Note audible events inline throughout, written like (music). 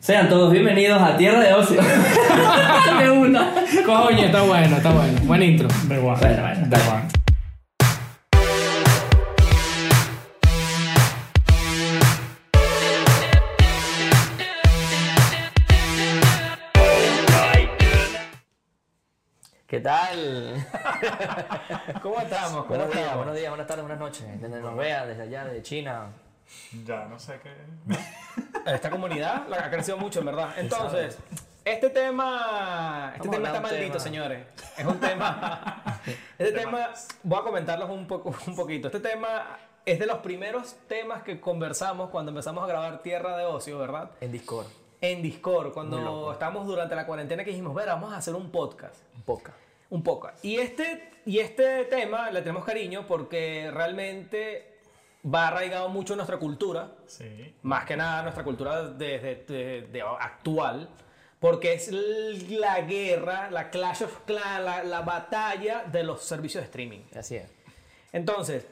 Sean todos bienvenidos a Tierra de (laughs) Ocio. Me uno. Coño, está bueno, está bueno. Buen intro. Da igual. Bueno, bueno, Da igual. ¿Qué tal? ¿Cómo estamos? ¿Cómo buenos días, estamos? buenos días, buenas tardes, buenas noches. Desde nos vean, desde allá, desde China. Ya, Ah, no sé qué. Esta comunidad la ha crecido mucho, en verdad. Entonces, este tema, este Vamos a tema está hablar de un maldito, tema. señores. Es (laughs) un tema. Este tema, voy a comentarlos un poco, un poquito. Este tema es de los primeros temas que conversamos cuando empezamos a grabar Tierra de Ocio, ¿verdad? En Discord, En Discord, cuando estábamos durante la cuarentena que dijimos, ver, vamos a hacer un podcast. un poco. Un poco. Y este, y este tema le tenemos cariño porque realmente va arraigado mucho en nuestra cultura Sí. más que nada nuestra cultura desde actual, porque es l- la guerra, la clash of clans, la, la batalla de los servicios de streaming. Así es. Entonces,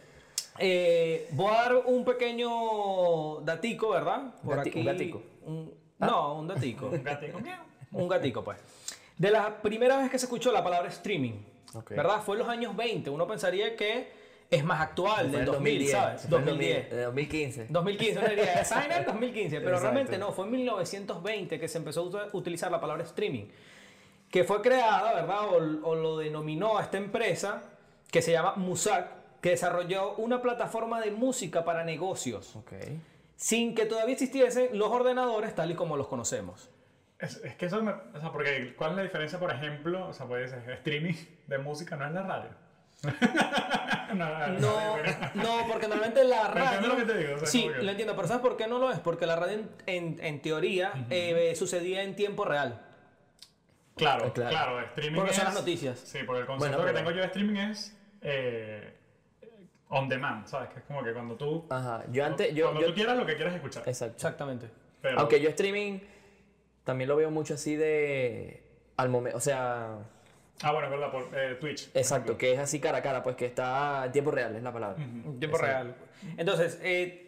eh, voy a dar un pequeño datico, ¿verdad? Gati- un gatico. ¿Ah? un- No, un datico. Gatico miau. un gatico, pues. De la primera vez que se escuchó la palabra streaming, Ok. ¿verdad? Fue en los años 20. Uno pensaría que es más Ah, actual, Fue del en 2000, ¿sabes? Fue en 2010. De 2015. 2015, uno diría, "Design en 2015, pero Exacto. realmente no, fue en 1920 que se empezó a ut- utilizar la palabra streaming, que fue creada, ¿verdad? O, o lo denominó a esta empresa que se llama Musac, que desarrolló una plataforma de música para negocios, Ok. sin que todavía existiesen los ordenadores tal y como los conocemos. Es, es que eso me. O sea, porque ¿cuál es la diferencia, por ejemplo? O sea, puede ser streaming de música, no es la radio. (laughs) no, No, no, porque normalmente la Pero radio. entiendo lo que te digo, o sea, sí, como que- lo entiendo, pero ¿sabes por qué no lo es? Porque la radio, en, en- en teoría, eh, sucedía en tiempo real. Claro, Claro. claro, streaming. Porque son es- las noticias. Sí, porque el concepto Bueno, que pero- tengo yo de streaming es. eh, on demand, ¿sabes? Que es como que cuando tú. Ajá. Yo antes. Yo, cuando yo- tú quieras lo que quieras escuchar. Exacto. Exactamente. Pero, Aunque yo streaming también lo veo mucho así de. Al momento. O sea. Ah, bueno, es verdad, por eh, Twitch. Exacto, que es así cara a cara, pues que está en tiempo real, es la palabra. Mm, En tiempo real. pues. Entonces, eh,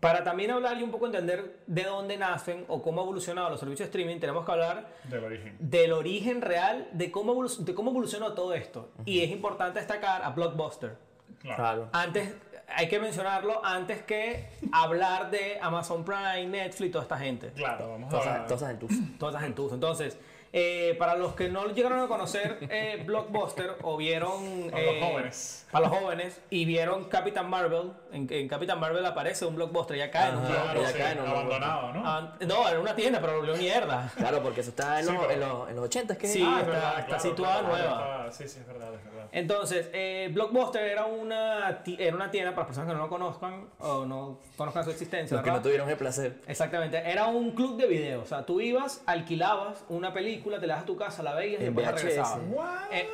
para también hablar y un poco entender de dónde nacen o cómo han evolucionado los servicios de streaming, tenemos que hablar Del origen. del origen real de cómo, evolu- de cómo evolucionó todo esto. Y es importante destacar a Blockbuster. Claro. Ah, Claro. Antes, hay que mencionarlo antes que hablar de Amazon Prime, Netflix, toda esta gente. Claro, vamos a Entonces, hablar. entonces en tu. Todas esas gentuza. Entonces, eh, para los que no llegaron a conocer eh, Blockbuster o vieron... A los eh, jóvenes. A los jóvenes y vieron Capitán Marvel. En, en Capitán Marvel aparece un Blockbuster y acá en un Ajá. Claro, ya sí, cae, no, no, abandonado, ¿no? Ah, No, era una tienda, pero volvió mierda. Claro, porque eso está en Sí, los, pero- en los, en los 80, que Sí, Ah, es está- verdad, está claro, situada claro, nueva. está- sí, sí, es verdad, es verdad. Entonces, eh, Blockbuster era una, ti- era una tienda, para las personas que no lo conozcan o no conozcan su existencia, los que ¿verdad? no tuvieron el placer. Exactamente, era un club de video. O sea, tú ibas, alquilabas una película, te la das a tu casa, la veías y En después la VHS. regresabas. What? Eh,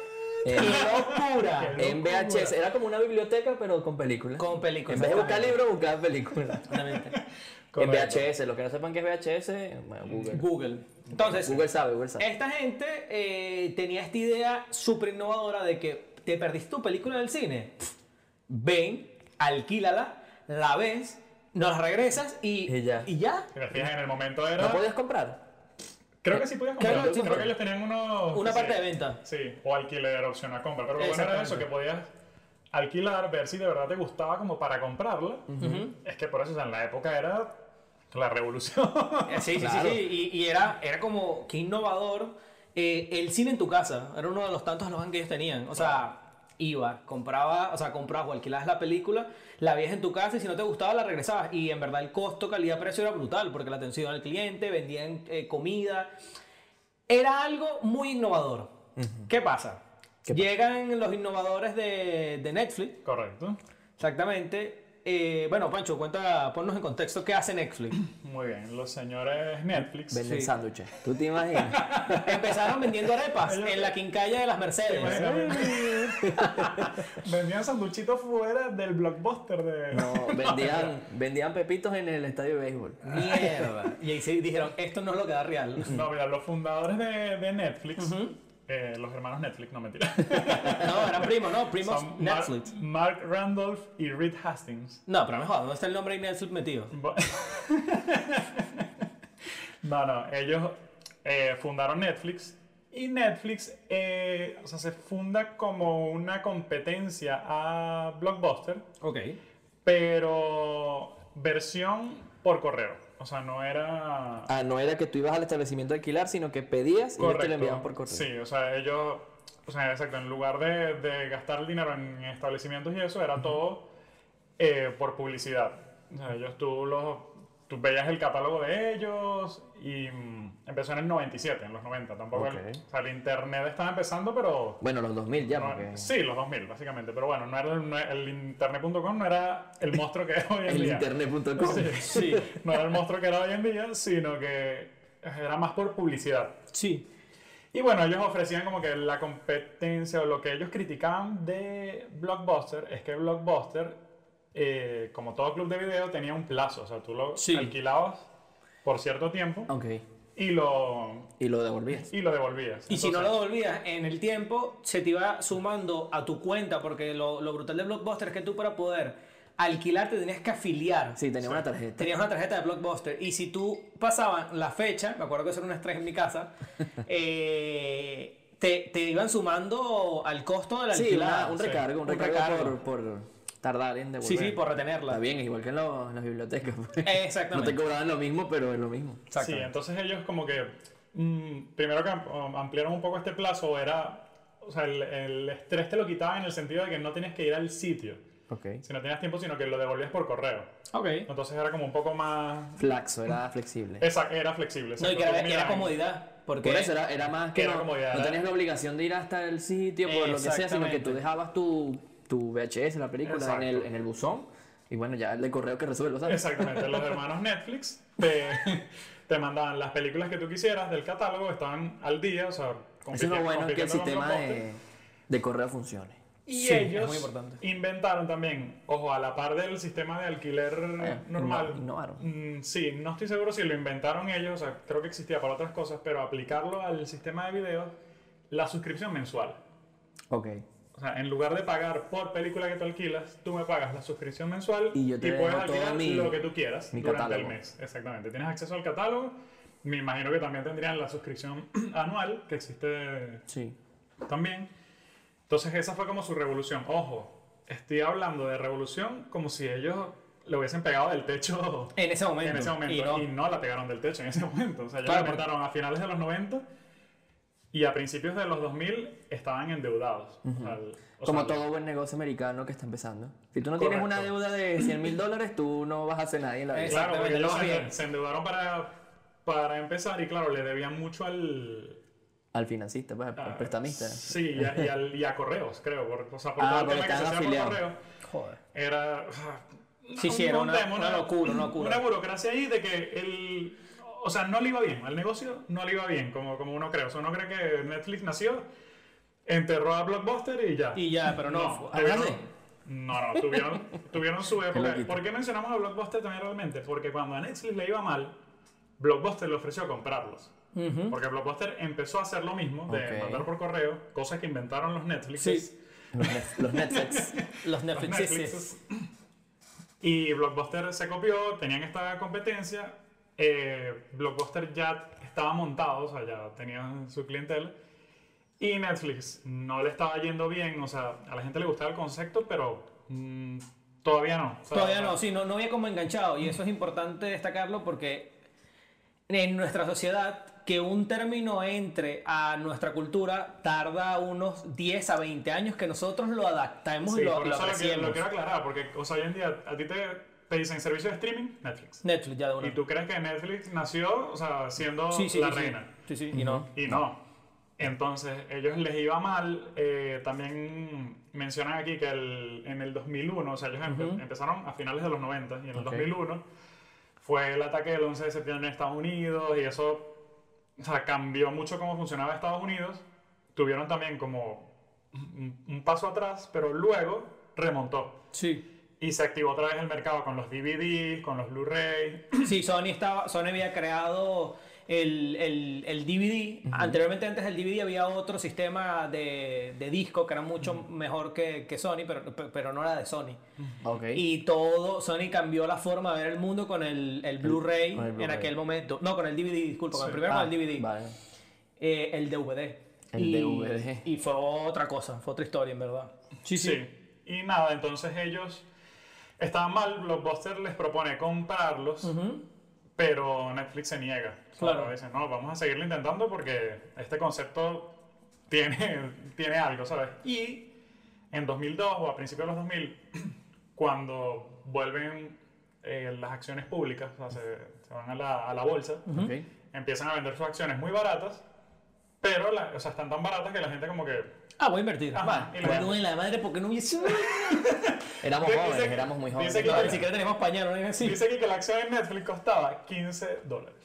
Eh, ¡Qué locura! en VHS, era como una biblioteca, pero con películas. Con películas, En vez de buscar exactamente. libros, buscar películas. Exactamente. en Correcto. VHS, los que no sepan qué es VHS, bueno, Google. Google. Entonces, Google sabe, Google sabe. esta gente eh, tenía esta idea súper innovadora de que te perdiste tu película en el cine. Ven, alquílala, la ves, nos la regresas y, Y ya. Te fijas, en el momento era. ¿No podías comprar? Creo que sí podías Claro, comprar. sí, Creo pero- que ellos tenían unos. Una sí, parte de venta. Sí, o alquiler, opción a compra. Pero lo bueno era Exactamente. eso, que podías alquilar, ver si de verdad te gustaba como para comprarla. Es que por eso, o sea, en la época era la revolución. (laughs) Eh, Sí, sí, Claro. sí, sí. Y, y era, era como que innovador. eh, el cine en tu casa era uno de los tantos slogans que ellos tenían. O sea, iba, compraba, o sea, comprabas o alquilabas la película, la veías en tu casa y si no te gustaba la regresabas. Y en verdad el costo, calidad, precio era brutal porque la atención al cliente, vendían eh, comida. Era algo muy innovador. ¿Qué pasa? ¿Qué pasa? Llegan los innovadores de, de Netflix, Correcto. exactamente. Eh, bueno, Pancho, cuenta, ponnos en contexto qué hace Netflix. Muy bien, los señores Netflix. Venden Sí. sándwiches. ¿Tú te imaginas? Empezaron vendiendo arepas en la quincalla de las ¿Te Mercedes. imaginas? (laughs) Vendían sanduchitos fuera del blockbuster de. (laughs) No, vendían, vendían pepitos en el estadio de béisbol. Mierda. Y ahí sí dijeron, esto no es lo que da real. No, mira, los fundadores de, de Netflix, eh, los hermanos Netflix, no mentira. No, eran primos, ¿no? Primos Son Mar- Netflix. Mark Randolph y Reed Hastings. No, pero mejor, ¿dónde está el nombre de Netflix metido? Bu- (laughs) No, no, ellos eh, fundaron Netflix y Netflix eh, o sea, se funda como una competencia a Blockbuster, Ok. pero versión por correo. O sea, no era... Ah, no era que tú ibas al establecimiento a alquilar, sino que pedías y ellos te lo enviaban por correo. Sí, o sea, ellos, o sea, exacto, en lugar de, de gastar el dinero en establecimientos y eso, era todo eh, por publicidad. O sea, ellos tú los, tú veías el catálogo de ellos y mm, empezó en el 97, en los 90, tampoco, el- Ok. o sea, el internet estaba empezando, pero Bueno, los 2000 ya, no- porque sí, los 2000 básicamente, pero bueno, no era no- el internet.com no era el monstruo que es hoy en el día. internet.com. Sí, no era el monstruo que era hoy en día, sino que era más por publicidad. Sí. Y bueno, ellos ofrecían como que la competencia o lo que ellos criticaban de Blockbuster es que Blockbuster, eh, como todo club de video, tenía un plazo. O sea, tú lo Sí. Ah. alquilabas por cierto tiempo Ok. y lo, Y lo devolvías. y lo devolvías. Y si no lo Entonces, devolvías en el tiempo, se te iba sumando a tu cuenta, porque lo, lo brutal de Blockbuster es que tú para poder alquilar te tenías que afiliar. Sí, tenía una tarjeta. Tenías una tarjeta de Blockbuster y si tú pasaban la fecha, me acuerdo que eso era un estrés en (laughs) mi casa, eh, te, te iban sumando al costo de la Sí, alquilada. una- un Sí. recargo, un Un recargo, recargo. Por, por tardar en devolver. Sí, sí, por Está retenerla. bien, es igual que en, los- en las bibliotecas. pues. No Exactamente. te cobraban lo mismo, pero es lo mismo. Sí, entonces ellos como que mm, primero que am- ampliaron un poco este plazo era, o sea, el, el estrés te lo quitaban en el sentido de que no tienes que ir al sitio, Ok. si no tenías tiempo, sino que lo devolvías por correo. Ok. Entonces era como un poco más... Flaxo, era flexible. Esa, era flexible. No, y exacto. que era, Tú era mirabas- comodidad. Porque Por eso era, era más que Era no, como ya, no era- tenías la obligación de ir hasta el sitio por lo que sea, sino que tú Exactamente. dejabas tu, tu VHS, la película, en Exacto. el, en el buzón. Y bueno, ya el de correo que resuelve, ¿sabes? Exactamente, los hermanos Netflix te, (laughs) te mandaban las películas que tú quisieras del catálogo, estaban al día, o sea, Eso es lo compitiendo- bueno que el compitiendo con sistema Blockbuster. de, de correo funcione. Y Sí, es ellos muy importante. inventaron también, ojo, a la par del sistema de alquiler Ah, normal. inno- innovaron. Mm, sí, no estoy seguro si lo inventaron ellos, o sea, creo que existía para otras cosas, pero aplicarlo al sistema de videos, la suscripción mensual. Ok. O sea, en lugar de pagar por película que tú alquilas, tú me pagas la suscripción mensual Y yo te puedes dejo todo alquilar mi- lo que tú quieras mi durante catálogo. el mes. Exactamente. Tienes acceso al catálogo. Me imagino que también tendrían la suscripción (clears throat) anual, que existe Sí. también. Entonces esa fue como su revolución. Ojo, estoy hablando de revolución como si ellos le hubiesen pegado del techo en ese momento. en ese momento. Y no. la pegaron del techo en ese (laughs) momento. O sea, ellos Claro, la inventaron a finales de los 90 y a principios de los 2000 estaban endeudados. O sea, el- o Como sea, todo buen negocio americano que está empezando. Si tú no tienes Correcto. una deuda de 100 mil dólares, tú no vas a hacer nada en la vida. Exacto. Claro, porque Exactamente, ellos lo se, bien. se endeudaron para, para empezar y claro, le debían mucho al... Al financista, pues, al a- prestamista. Sí, y a, y al- y a correos, creo. por- o sea, por Ah, todo el porque tema que se estaban hacía por afiliados. correo, Joder. era... ah, Sí, sí, era un una- tema, una locura, una locura. burocracia ahí de que el... O sea, no le iba bien, al negocio no le iba bien, como, como uno cree. O sea, uno cree que Netflix nació, enterró a Blockbuster y ya. Y ya, pero no. No, fue- tuvieron, háblame. no, no, (laughs) tuvieron, tuvieron su época. loquito. ¿Por qué mencionamos a Blockbuster también realmente? Porque cuando a Netflix le iba mal, Blockbuster le ofreció comprarlos. Porque Blockbuster empezó a hacer lo mismo, de Ok. mandar por correo, cosas que inventaron los Netflix. Sí. Los, Nef- los Netflix. (laughs) Los Los Netflix. Netflixes. Y Blockbuster se copió, tenían esta competencia. eh, Blockbuster ya estaba montado, o sea, ya tenía su clientela. Y Netflix no le estaba yendo bien, o sea, a la gente le gustaba el concepto, pero mm, todavía no. O sea, Todavía no, sí, no, no había como enganchado. Y eso es importante destacarlo porque en nuestra sociedad, que un término entre a nuestra cultura tarda unos 10 a 20 años que nosotros lo adaptamos Sí, y lo, por lo eso lo, que- lo apreciemos. quiero aclarar, porque o sea, hoy en día a ti te, te dicen servicio de streaming, Netflix. Netflix, ya de una. Y tú crees que Netflix nació, o sea, siendo Sí, sí, la sí, sí. reina. Sí, sí, y no. Y no. Entonces, ellos les iba mal. eh, también mencionan aquí que el- en el 2001, o sea, ellos empe- empezaron a finales de los 90 y en el 2001 fue el ataque del 11 de septiembre en Estados Unidos y eso, o sea, cambió mucho cómo funcionaba Estados Unidos. Tuvieron también como un, un paso atrás, pero luego remontó. Sí. Y se activó otra vez el mercado con los DVDs, con los Blu-ray. Sí, Sony, estaba, Sony había creado el, el- el DVD. Anteriormente, antes del DVD, había otro sistema de, de disco que era mucho mejor que, que Sony, pero, pero no era de Sony. Ok. Y todo, Sony cambió la forma de ver el mundo con el, el Blu-ray con el en Blu-ray. aquel momento. No, con el DVD, disculpa, con el primero Ah, con el DVD. Vale. Eh, el DVD. El y, DVD. Y fue otra cosa, fue otra historia, en verdad. Sí, Y nada, entonces ellos estaban mal, Blockbuster les propone comprarlos, pero Netflix se niega. Claro. Claro. Dicen, no, vamos a seguirlo intentando porque este concepto tiene, (laughs) tiene algo, ¿sabes? Y en 2002 o a principios de los 2000, (clears throat) cuando vuelven eh, las acciones públicas, o sea, se, se van a la, a la bolsa, Ok. empiezan a vender sus acciones muy baratas, pero la- o sea, están tan baratas que la gente como que Ah, voy a invertir. Ajá, Va, y la- no en la madre porque no hubiese. Éramos Dice- jóvenes, dice- éramos muy jóvenes. dice que- No, (laughs) ni siquiera teníamos pañal, no era así. Dice aquí que la acción en Netflix costaba 15 dólares.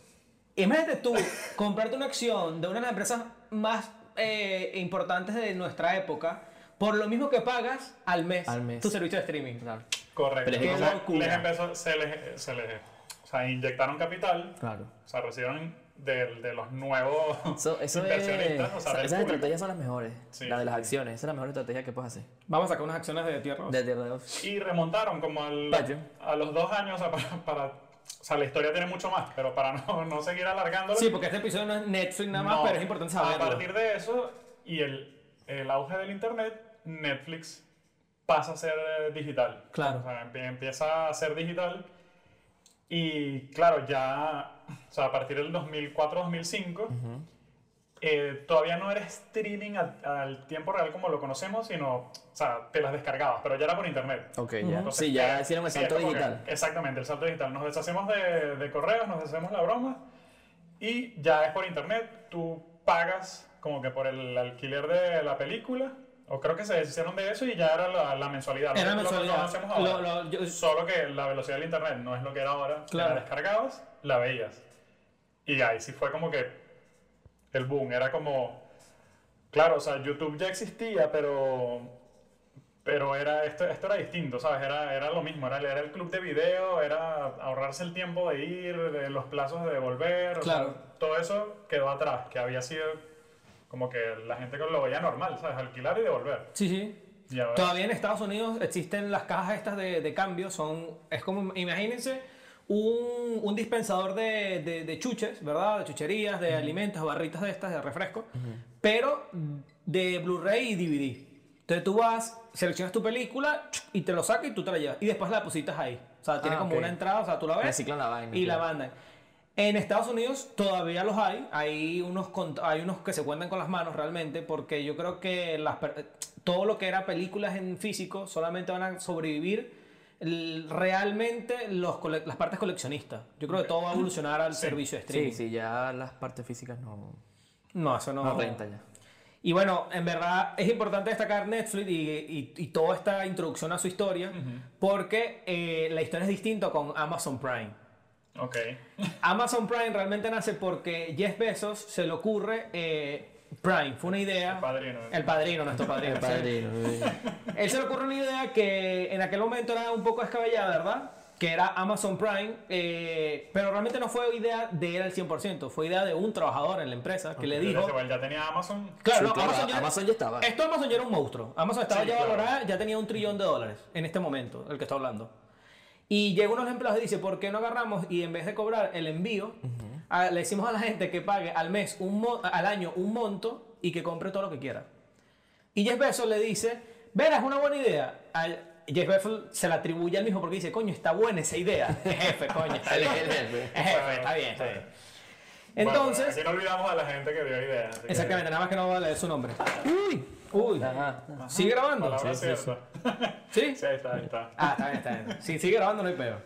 Imagínate tú comprarte una acción de una de las empresas más eh, importantes de nuestra época por lo mismo que pagas al mes, Al mes. tu servicio de streaming. Claro. Correcto. Pero es que Entonces, qué locura. les empezó- se les, se les- o sea, inyectaron capital, claro. o sea, recibieron del- de, los nuevos Eso, eso es, inversionistas, o sea, esa- del esas público. estrategias son las mejores. Sí, la de sí, las sí. acciones. Esa es la mejor estrategia que puedes hacer. Vamos a sacar unas acciones de tierra. De Tierra de Osos. Y remontaron como al- Patreon. a los dos años, o sea, para, para- o sea, la historia tiene mucho más, pero para no, no seguir alargándola. Sí, porque este episodio no es Netflix nada más, no. pero es importante A saberlo. partir de eso y el, el auge del internet, Netflix pasa a ser eh, digital. Claro. O sea, empie- empieza a ser digital. Y claro, ya, o sea, a partir del 2004-2005, eh, todavía no era streaming al, al tiempo real como lo conocemos, sino, o sea, te las descargabas, pero ya era por internet. Ok, ya. Entonces, Sí, ya eh, hicieron el sí, salto es como que- digital. exactamente, el salto digital. Nos deshacemos de, de correos, nos deshacemos la broma y ya es por internet. Tú pagas como que por el alquiler de la película. O creo que se deshicieron de eso y ya era la, la mensualidad. Era lo que mensualidad. conocemos ahora. Lo- lo- yo- Solo que la velocidad del internet no es lo que era ahora. Claro. La descargabas, la veías. Y ahí sí fue como que el boom. Era como. Claro, o sea, YouTube ya existía, pero. Pero era, esto, esto era distinto, ¿sabes? Era, era lo mismo, era, era el club de video, era ahorrarse el tiempo de ir, de los plazos de devolver. o sea, Claro. todo eso quedó atrás, que había sido como que la gente lo veía normal, ¿sabes? Alquilar y devolver. Sí, sí. Y ahora- Todavía en Estados Unidos existen las cajas estas de, de cambio, son, es como, imagínense, un, un dispensador de, de- de chuches, ¿verdad? De chucherías, de alimentos, barritas de estas, de refresco, pero de Blu-ray y DVD. Entonces tú vas, seleccionas tu película chuc, y te lo sacas y tú te la llevas. Y después la depositas ahí. O sea, tiene Ah, como ok. una entrada, o sea, tú la ves Reciclan la vaina, y la claro. mandan. En Estados Unidos todavía los hay, hay unos, cont- hay unos que se cuentan con las manos realmente, porque yo creo que las, per- todo lo que era películas en físico solamente van a sobrevivir l- realmente los cole- las partes coleccionistas. Yo creo que todo va a evolucionar al servicio de streaming. Sí, sí, ya las partes físicas no, No, eso no. no rentan ya. Y bueno, en verdad es importante destacar Netflix y, y- y toda esta introducción a su historia, porque eh, la historia es distinta con Amazon Prime. Ok. Amazon Prime realmente nace porque Jeff Bezos se le ocurre eh, Prime, fue una idea. El padrino. ¿eh? El (laughs) padrino, nuestro padrino. El padrino. (laughs) Él se le ocurre una idea que en aquel momento era un poco descabellada, ¿verdad? Que era Amazon Prime, eh, pero realmente no fue idea de él al 100%, fue idea de un trabajador en la empresa que le Pero dijo... ese güey ya tenía Amazon. Claro, Sí, no, claro, Amazon, ya, Amazon ya estaba. Esto Amazon ya era un monstruo. Amazon estaba Sí, ya claro. valorada, ya tenía un trillón de dólares en este momento, el que está hablando. Y llega unos empleados y dice, ¿por qué no agarramos y en vez de cobrar el envío, a- le decimos a la gente que pague al mes, un mo- al año un monto y que compre todo lo que quiera? Y Jeff Bezos le dice, verás, una buena idea. Al- Jeff Bezos se la atribuye al mismo porque dice, coño, está buena esa idea. (laughs) Jefe, coño. Está El- (laughs) bien. el jefe. Jefe, está bien, está bien. Bueno, Entonces... aquí no olvidamos a la gente que dio ideas. así que- Exactamente, nada más que no va a leer su nombre. Uy, uy. Ajá. ¿Sigue grabando? Palabra Sí, sí, cierta. (laughs) ¿Sí? Sí, ahí está, ahí está. Ah, está bien, está bien. Si sigue grabando, no hay peor.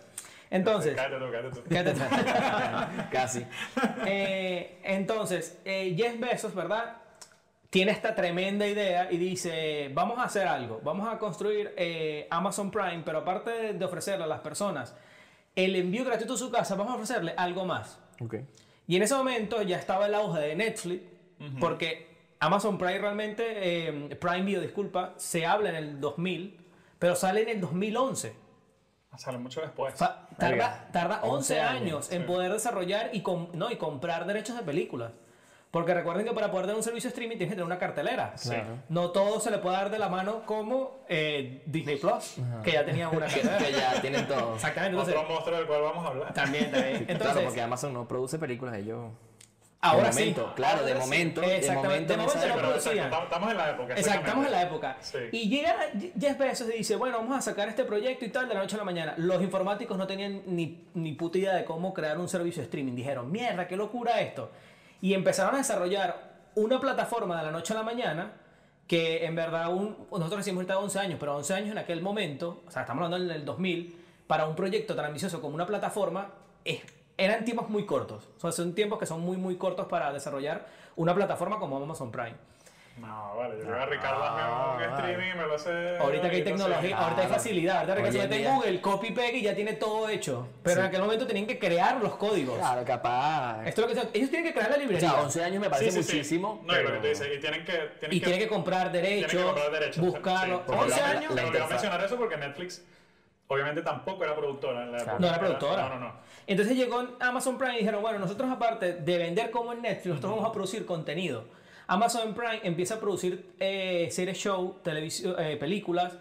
Entonces, Cállate tú, cállate tú. quédate atrás. (laughs) Casi. (laughs) Eh, entonces, eh, Jeff Bezos, ¿verdad? Tiene esta tremenda idea y dice, vamos a hacer algo, vamos a construir eh, Amazon Prime, pero aparte de, de ofrecerle a las personas el envío gratuito a su casa, vamos a ofrecerle algo más. Ok. Y en ese momento ya estaba el auge de Netflix, porque Amazon Prime realmente, eh, Prime Video, disculpa, se habla en el 2000, pero sale en el 2011. Ah, Sale mucho después. Fa- tarda, tarda 11, 11 años, años, en sí. poder desarrollar y, com- no, y comprar derechos de películas. Porque recuerden que para poder tener un servicio de streaming tienes que tener una cartelera. No todo se le puede dar de la mano como eh, Disney Plus, que ya tenía una Que, (laughs) cartelera. que ya tienen todo. Exactamente. Otro Entonces, monstruo del cual vamos a hablar. también, también. Entonces, claro, porque Amazon no produce películas, ellos. ahora de momento, sí. claro, de Ahora sí. momento. De Exactamente. momento, De en momento esa no época. Pero exacto, producían. estamos- estamos en la época. Exacto, estamos en la época. Sí. Y llega Jeff Bezos y dice, bueno, vamos a sacar este proyecto y tal de la noche a la mañana. Los informáticos no tenían ni, ni puta idea de cómo crear un servicio de streaming. Dijeron, mierda, qué locura esto. Y empezaron a desarrollar una plataforma de la noche a la mañana que en verdad un- nosotros decimos ahorita 11 años, pero 11 años en aquel momento, o sea, estamos hablando en el 2000, para un proyecto tan ambicioso como una plataforma, es- eran tiempos muy cortos. O sea, son tiempos que son muy, muy cortos para desarrollar una plataforma como Amazon Prime. No, vale, yo le voy a Ricardo a un streaming y me lo hace. Ah, Ahorita que hay tecnología, ahorita hay facilidad, ahorita que Hoy se en mete en día- Google, copy paste y ya tiene todo hecho. Pero en aquel momento tenían que crear los códigos. Claro, capaz. Esto es lo que se- ellos tienen que crear la O librería sea, 11 años me Sí, parece sí, sí. muchísimo. No, y lo que tú dices, y tienen que. Tienen y tienen que comprar tienen que derechos, comprar derechos, buscarlos. sí. 11 La- la- años. Me olvidó interfaz. mencionar eso porque Netflix, obviamente, tampoco era productora en la época. No era No, productora. no, no. Entonces llegó Amazon Prime y dijeron, bueno, nosotros aparte de vender como en Netflix, nosotros vamos a producir contenido. Amazon Prime empieza a producir eh, series show, televisio- eh, películas,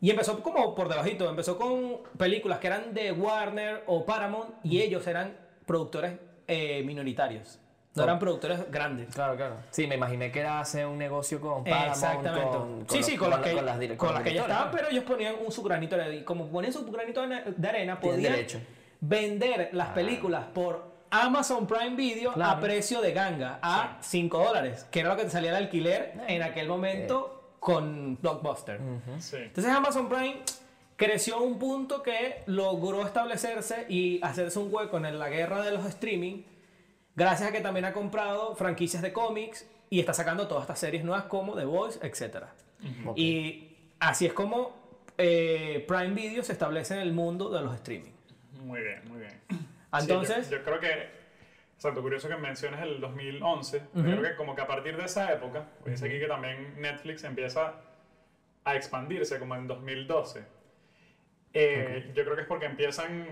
y empezó como por debajito, empezó con películas que eran de Warner o Paramount, y ellos eran productores eh, minoritarios, no eran productores grandes. Claro, claro. Sí, me imaginé que era hacer un negocio con Paramount, Exactamente. con, con sí, los- sí, con, las que, con las, dire- con con las que ya directores, estaban, ¿no? pero ellos ponían un, su granito de arena. Y como ponían su granito de arena- de arena, Tienen podían derecho. Ah. vender las películas por Amazon Prime Video a Claro. precio de ganga, a 5 dólares, que era lo que salía el alquiler Eh, en aquel momento con Blockbuster. Sí. Entonces Amazon Prime creció a un punto que logró establecerse y hacerse un hueco en la guerra de los streaming, gracias a que también ha comprado franquicias de cómics y está sacando todas estas series nuevas como The Voice, etc. Y así es como eh, Prime Video se establece en el mundo de los streaming. Muy bien, muy bien. Entonces, Sí, yo, yo creo que. Exacto, curioso que menciones el 2011. Yo creo que, como que a partir de esa época, pues dice aquí que también Netflix empieza a expandirse, como en 2012. Eh, Yo creo que es porque empiezan.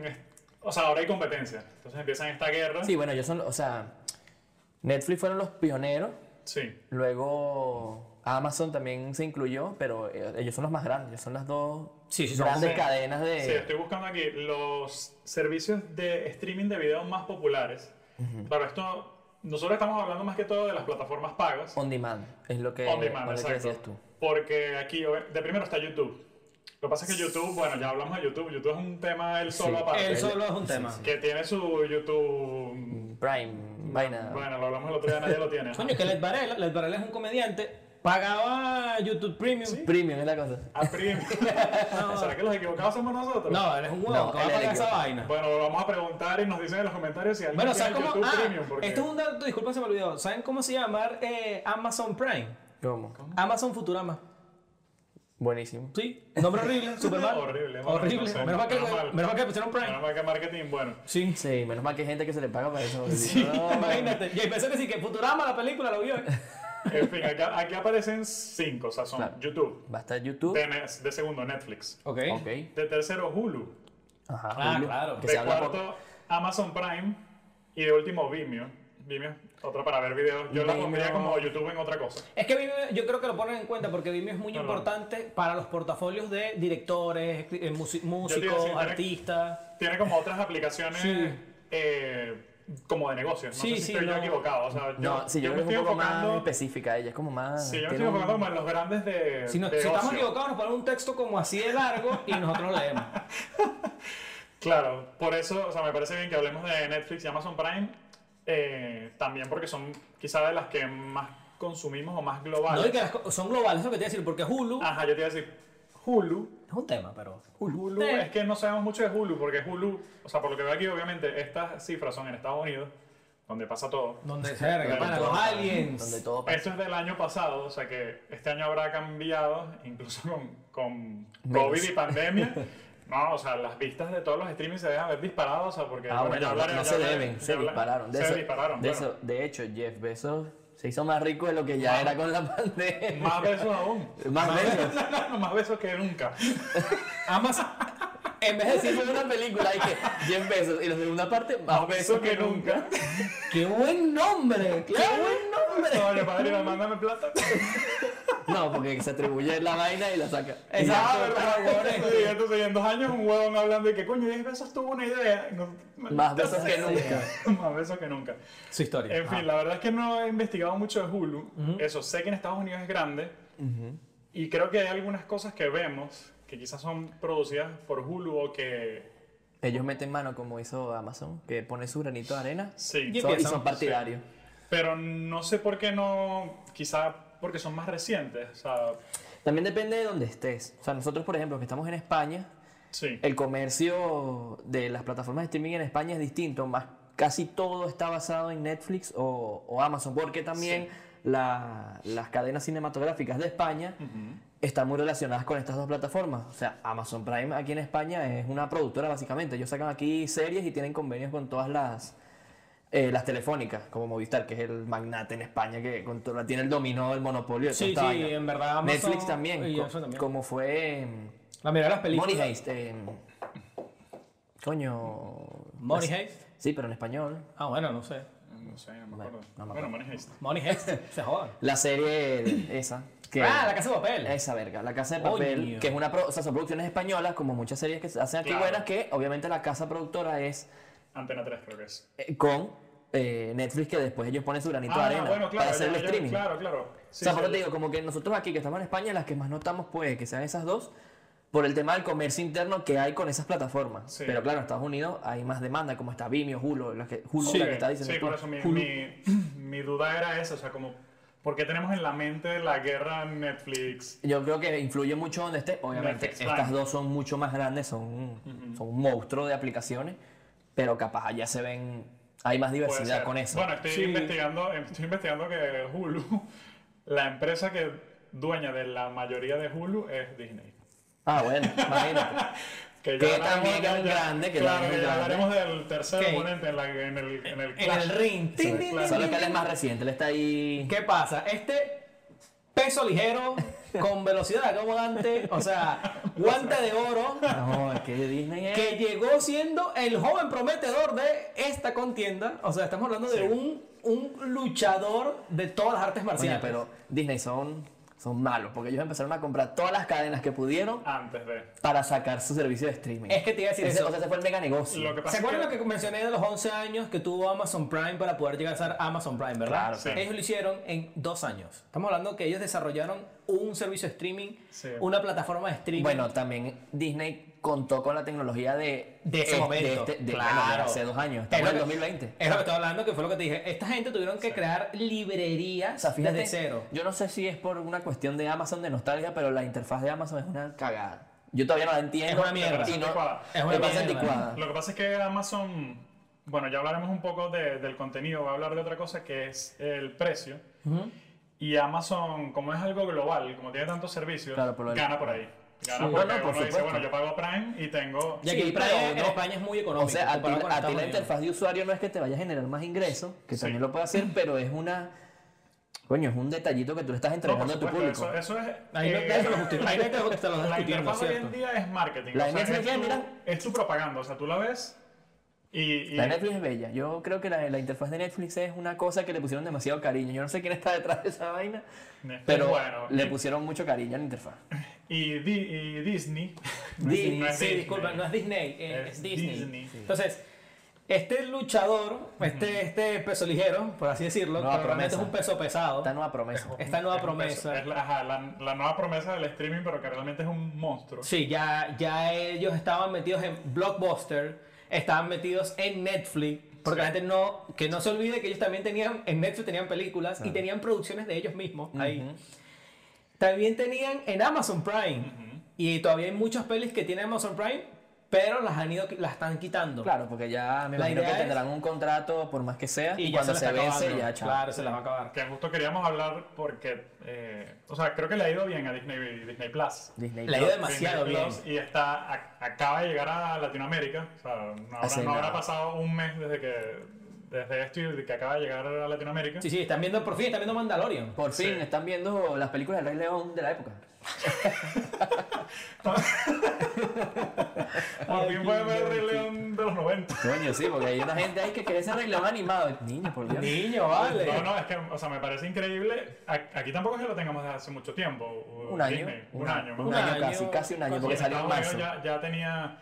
O sea, ahora hay competencia. Entonces empiezan esta guerra. Sí, bueno, ellos son, o sea, Netflix fueron los pioneros, Sí. luego Amazon también se incluyó, pero eh, ellos son los más grandes, ellos son las dos Sí, sí, son grandes como- cadenas de... Sí, estoy buscando aquí los servicios de streaming de video más populares. Claro, esto. Nosotros estamos hablando más que todo de las plataformas pagas. On demand, es lo Eh, que, On demand, lo que exacto. decías tú. Porque aquí, ob- de primero está YouTube. Lo que pasa es que YouTube, bueno, ya hablamos de YouTube. YouTube es un tema él solo aparte. él solo es un tema. Que tiene su YouTube. Prime, vaina. Bueno, lo hablamos el otro día, nadie lo tiene. Coño, que Led Varela, Led Varela es un comediante, pagaba YouTube Premium. Premium es la cosa. A (laughs) prim- (laughs) ¿Será que los equivocados somos nosotros? No, eres un huevón No, que va a él es pagar el esa idiota. vaina. Bueno, lo vamos a preguntar y nos dicen en los comentarios si alguien (laughs) Bueno, tiene ¿sabes cómo? YouTube Ah, Premium. Porque... esto es un dato, disculpa, se me olvidó. ¿Saben cómo se llama eh, Amazon Prime? ¿Cómo? Amazon Futurama. Buenísimo. Sí, (laughs) nombre horrible, super mal. Horrible, bueno, horrible. no sé, menos, mal que, menos mal. menos mal que le pusieron Prime. Menos mal que marketing, bueno. Sí. Sí, menos mal que hay gente que se le paga para eso. (laughs) No, Imagínate. Y empezó que sí, que Futurama, la película, lo vio. En fin, aquí, aquí aparecen cinco, o sea, son Claro. YouTube. Va a estar YouTube. De, de segundo, Netflix. Ok. Ok. De tercero, Hulu. Ajá. Ah, Hulu, claro. Que de se habla poco. cuarto, Amazon Prime. Y de último, Vimeo. Vimeo, otra para ver videos. Yo la Vimeo. pondría como YouTube en otra cosa. Es que Vimeo, yo creo que lo ponen en cuenta porque Vimeo es muy No, no. importante para los portafolios de directores, eh, Yo te musi- iba a músicos, decir, tiene- artistas. Tiene como otras aplicaciones Sí. eh, como de negocios. No Sí, sé si sí, estoy yo no. equivocado. O sea, yo, No, sí, yo, yo creo me que estoy es un poco más enfocando. específica ella, es como más. Sí, yo me tiene estoy enfocando un- como en los grandes de. Si, no- si de estamos ocio. equivocados, nos ponen un texto como así de largo y nosotros (laughs) lo leemos. Claro, por eso, o sea, me parece bien que hablemos de Netflix y Amazon Prime. eh, también porque son quizá de las que más consumimos o más globales. No, y que las co- son globales, eso que te iba a decir, porque Hulu Ajá, yo te iba a decir Hulu. es un tema, pero. Hulu, Sí. es que no sabemos mucho de Hulu, porque Hulu, o sea, por lo que veo aquí, obviamente, estas cifras son en Estados Unidos, donde pasa todo. Donde verga, Donde para todo los pasa. aliens. Donde todo pasa. Esto es del año pasado, o sea que este año habrá cambiado, (laughs) incluso con, con Menos. COVID y pandemia. No, o sea, las vistas de todos los streamings se dejan ver disparados, o sea, porque... Ah, bueno, ya no, hablaré- no Eh, ya se hablaré- deben, ya se hablaré- dispararon. De se eso, dispararon, de, bueno. eso- de hecho, Jeff Bezos se hizo más rico de lo que ya era con la pandemia. Más besos aún. (laughs) Más besos. (laughs) Más besos que nunca. Amazon. en vez de decir fue una película, hay que 10 pesos. Y la segunda parte, más Eso pesos que nunca. ¡Qué buen nombre! ¡Qué buen nombre! Oye, padrino, mándame plata. No, porque se atribuye la vaina y la saca. Exacto, Ah, (laughs) pero ¿verdad? huevones. Sí, entonces, y en dos años un huevón hablando de que coño, 10 veces tuvo una idea. No, Más besos que nunca. (laughs) Más besos que nunca. Su historia. En fin, la verdad es que no he investigado mucho de Hulu. Eso, sé que en Estados Unidos es grande. Y creo que hay algunas cosas que vemos que quizás son producidas por Hulu o que. Ellos meten mano como hizo Amazon, que pone su granito de arena. Sí. Son- y son partidarios. Pero no sé por qué no. Quizás porque son más recientes. O sea, También depende de dónde estés. O sea, nosotros, por ejemplo, que estamos en España, sí. el comercio de las plataformas de streaming en España es distinto, más casi todo está basado en Netflix o, o Amazon, porque también la- las cadenas cinematográficas de España están muy relacionadas con estas dos plataformas. O sea, Amazon Prime aquí en España es una productora básicamente. Ellos sacan aquí series y tienen convenios con todas las, eh, las telefónicas, como Movistar, que es el magnate en España que controla, tiene el dominó, el monopolio. de toda Sí, esta sí, vaina. en verdad Amazon Netflix también, y co- eso también. como fue... em, La mayoría de las películas. Money Heist. em, coño. Money Heist. Sí, pero en español. Ah, bueno, no sé. No sé, no me acuerdo. no me bueno, acuerdo. maneja esto. Money (laughs) Heist. se jodan. La serie de- esa. Que Ah, La Casa de Papel. Esa verga, La Casa de Papel, Coño. que es una... pro- o sea, son producciones españolas, como muchas series que se hacen aquí Claro. buenas, que obviamente la casa productora es Antena 3, creo que es. eh, con eh, Netflix, que después ellos ponen su granito Ah, de arena para hacer el Ah, ya- ya- streaming. Claro, claro. o Sí, sea, sí, por eso te digo, como que nosotros aquí que estamos en España, las que más notamos puede que sean esas dos, por el tema del comercio interno que hay con esas plataformas. Sí. Pero claro, en Estados Unidos hay más demanda, como está Vimeo, Hulu, la que, Hulu, Sí, la que está diciendo sí, tú. por eso mi, mi, mi duda era esa, o sea, como, ¿por qué tenemos en la mente la guerra Netflix? Yo creo que influye mucho donde esté. Obviamente, Netflix, estas claro. dos son mucho más grandes, son, son un monstruo de aplicaciones, pero capaz allá se ven, hay más Puede diversidad ser. con eso. Bueno, estoy, Sí. investigando, em, estoy investigando que Hulu, (laughs) la empresa que dueña de la mayoría de Hulu es Disney. Ah, bueno, (laughs) imagínate. Que, Que hablaremos- también es grande, que claro, también es ya grande. hablaremos del tercer Ok. oponente en, la- en el, en el En clash. el ring. Tin, tin, tin, Solo tin, que él es tin. más reciente, él está ahí... ¿Qué pasa? Este peso ligero, (laughs) con velocidad acomodante, o sea, guante (laughs) de oro, No, es que Disney es... que llegó siendo el joven prometedor de esta contienda. O sea, estamos hablando de un, un luchador de todas las artes Coño, marciales. pero Disney son, son malos, porque ellos empezaron a comprar todas las cadenas que pudieron Antes de... para sacar su servicio de streaming. Es que te iba a decir Ese- eso. O sea, ese fue el mega negocio. Lo que pasa ¿Se es acuerdan lo que mencioné de los 11 años que tuvo Amazon Prime para poder llegar a ser Amazon Prime, verdad? Claro, Sí. Ellos lo hicieron en dos años. Estamos hablando que ellos desarrollaron un servicio de streaming, Sí. una plataforma de streaming. Bueno, también Disney contó con la tecnología de, de ese es- momento. este- de- claro. bueno, de hace dos años. Es Estamos lo en que- 2020. Es lo que estoy hablando, que fue lo que te dije. Esta gente tuvieron que crear librerías O sea, fíjate, desde cero. yo no sé si es por una cuestión de Amazon de nostalgia, pero la interfaz de Amazon es una cagada. Yo todavía no la entiendo. Es una mierda. Y no, Es una me parece mierda. anticuada. Lo que pasa es que Amazon, bueno, ya hablaremos un poco de- del contenido, voy a hablar de otra cosa que es el precio. Y Amazon, como es algo global, como tiene tantos servicios, Claro, por lo del- gana por ahí. Gana Sí. No, porque no, por uno dice, supuesto. bueno, yo pago Prime y tengo... Y Sí, aquí el pero Prime en no- España es muy económico. O sea, a ti, comparado con a ti Estados la Unidos. interfaz de usuario no es que te vaya a generar más ingresos, que Sí. también lo puede hacer, pero es una. Coño, es un detallito que tú le estás No, por entregando a tu supuesto, público. eso, eso es... Ahí no eh, te lo justifico. Ahí no te (laughs) lo te lo la discutiendo, interfaz hoy en ¿cierto? día es marketing. La o sea, Netflix, es, tu, mira. es tu propaganda, o sea, tú la ves y... y- La de Netflix es bella. Yo creo que la, la interfaz de Netflix es una cosa que le pusieron demasiado cariño. Yo no sé quién está detrás de esa vaina, Netflix, pero bueno, le y- pusieron mucho cariño a la interfaz. y, Di- y Disney... (laughs) Disney, No es sí, Disney. disculpa, no es Disney, eh, es, Es Disney. Disney. Sí. Entonces, este luchador, este, este peso ligero, por así decirlo, Nueva que realmente es promesa. un peso pesado, Esta nueva promesa. esta nueva Es un peso, promesa. Es la, ajá, la- la nueva promesa del streaming, pero que realmente es un monstruo. Sí, ya, ya ellos estaban metidos en Blockbuster, estaban metidos en Netflix, porque la gente no, que no se olvide que ellos también tenían, en Netflix tenían películas y tenían producciones de ellos mismos ahí. También tenían en Amazon Prime, y todavía hay muchas pelis que tiene Amazon Prime, pero las han ido, las están quitando. Claro, porque ya me La imagino que idea es- tendrán un contrato, por más que sea, Y y ya cuando se, se, las está vence, acabando. ya, chao. Claro, se las va a acabar. Que justo queríamos hablar porque, eh, o sea, creo que le ha ido bien a Disney, Disney Plus. Disney Le ha Plus. ido demasiado Disney bien. Plus Y está, ac- acaba de llegar a Latinoamérica. O sea, no habrá, Hace no habrá nada. pasado un mes desde que, desde esto y que acaba de llegar a Latinoamérica. Sí, sí, están viendo, por fin están viendo Mandalorian. Por fin, están viendo las películas del Rey León de la época. Por fin puede ver el Rey León de los 90. Coño, sí, porque hay una gente ahí que quiere ese Rey León animado. Niño, por Dios. Niño, vale. No, no, es que, o sea, me parece increíble. A- Aquí tampoco es que lo tengamos desde hace mucho tiempo. o- Un año. Disney, Un, año. Un año casi, casi un año, porque Sí, salió en Estados marzo. Unidos Ya, ya tenía.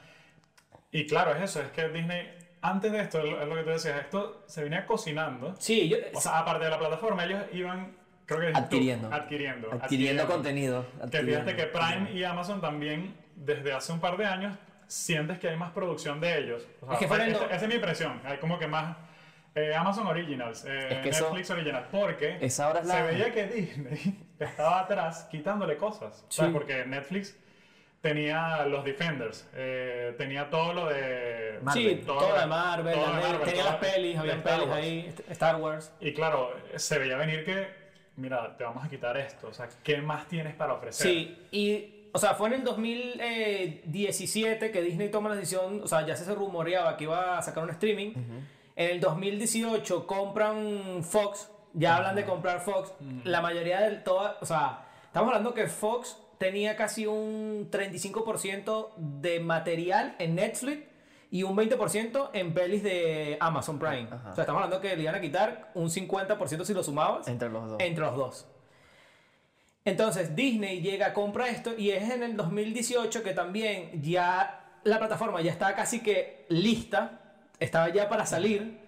Y claro, es eso, es que Disney, antes de esto, es lo que tú decías, esto se venía cocinando. Sí, yo, O sea, aparte de la plataforma, ellos iban, creo que. dijiste tú, Adquiriendo. adquiriendo. Adquiriendo contenido. Que adquiriendo. fíjate que Prime y Amazon también, desde hace un par de años, sientes que hay más producción de ellos. O sea, Es que fueron esa- los- esa es mi impresión. Hay como que más eh, Amazon Originals, eh, Es que eso- Netflix Originals, porque esa ahora es la- se veía que Disney (laughs) estaba atrás quitándole cosas. O sea, Sí. porque Netflix tenía los Defenders, eh, tenía todo lo de... sí, Marvel. todo, lo de Marvel, todo la de net- Marvel, tenía todo las de- pelis, de había Star pelis Wars. ahí, Star Wars. Y claro, se veía venir que, mira, te vamos a quitar esto. O sea, ¿qué más tienes para ofrecer? Sí, y o sea, fue en el 2017 que Disney toma la decisión, o sea, ya se rumoreaba que iba a sacar un streaming. En el 2018 compran Fox, ya hablan de comprar Fox. La mayoría de todas, o sea, estamos hablando que Fox tenía casi un 35% de material en Netflix y un 20% en pelis de Amazon Prime. Ajá. O sea, estamos hablando que le iban a quitar un 50% si lo sumabas Entre los dos. entre los dos. Entonces Disney llega, compra esto y es en el 2018 que también ya la plataforma ya estaba casi que lista, estaba ya para salir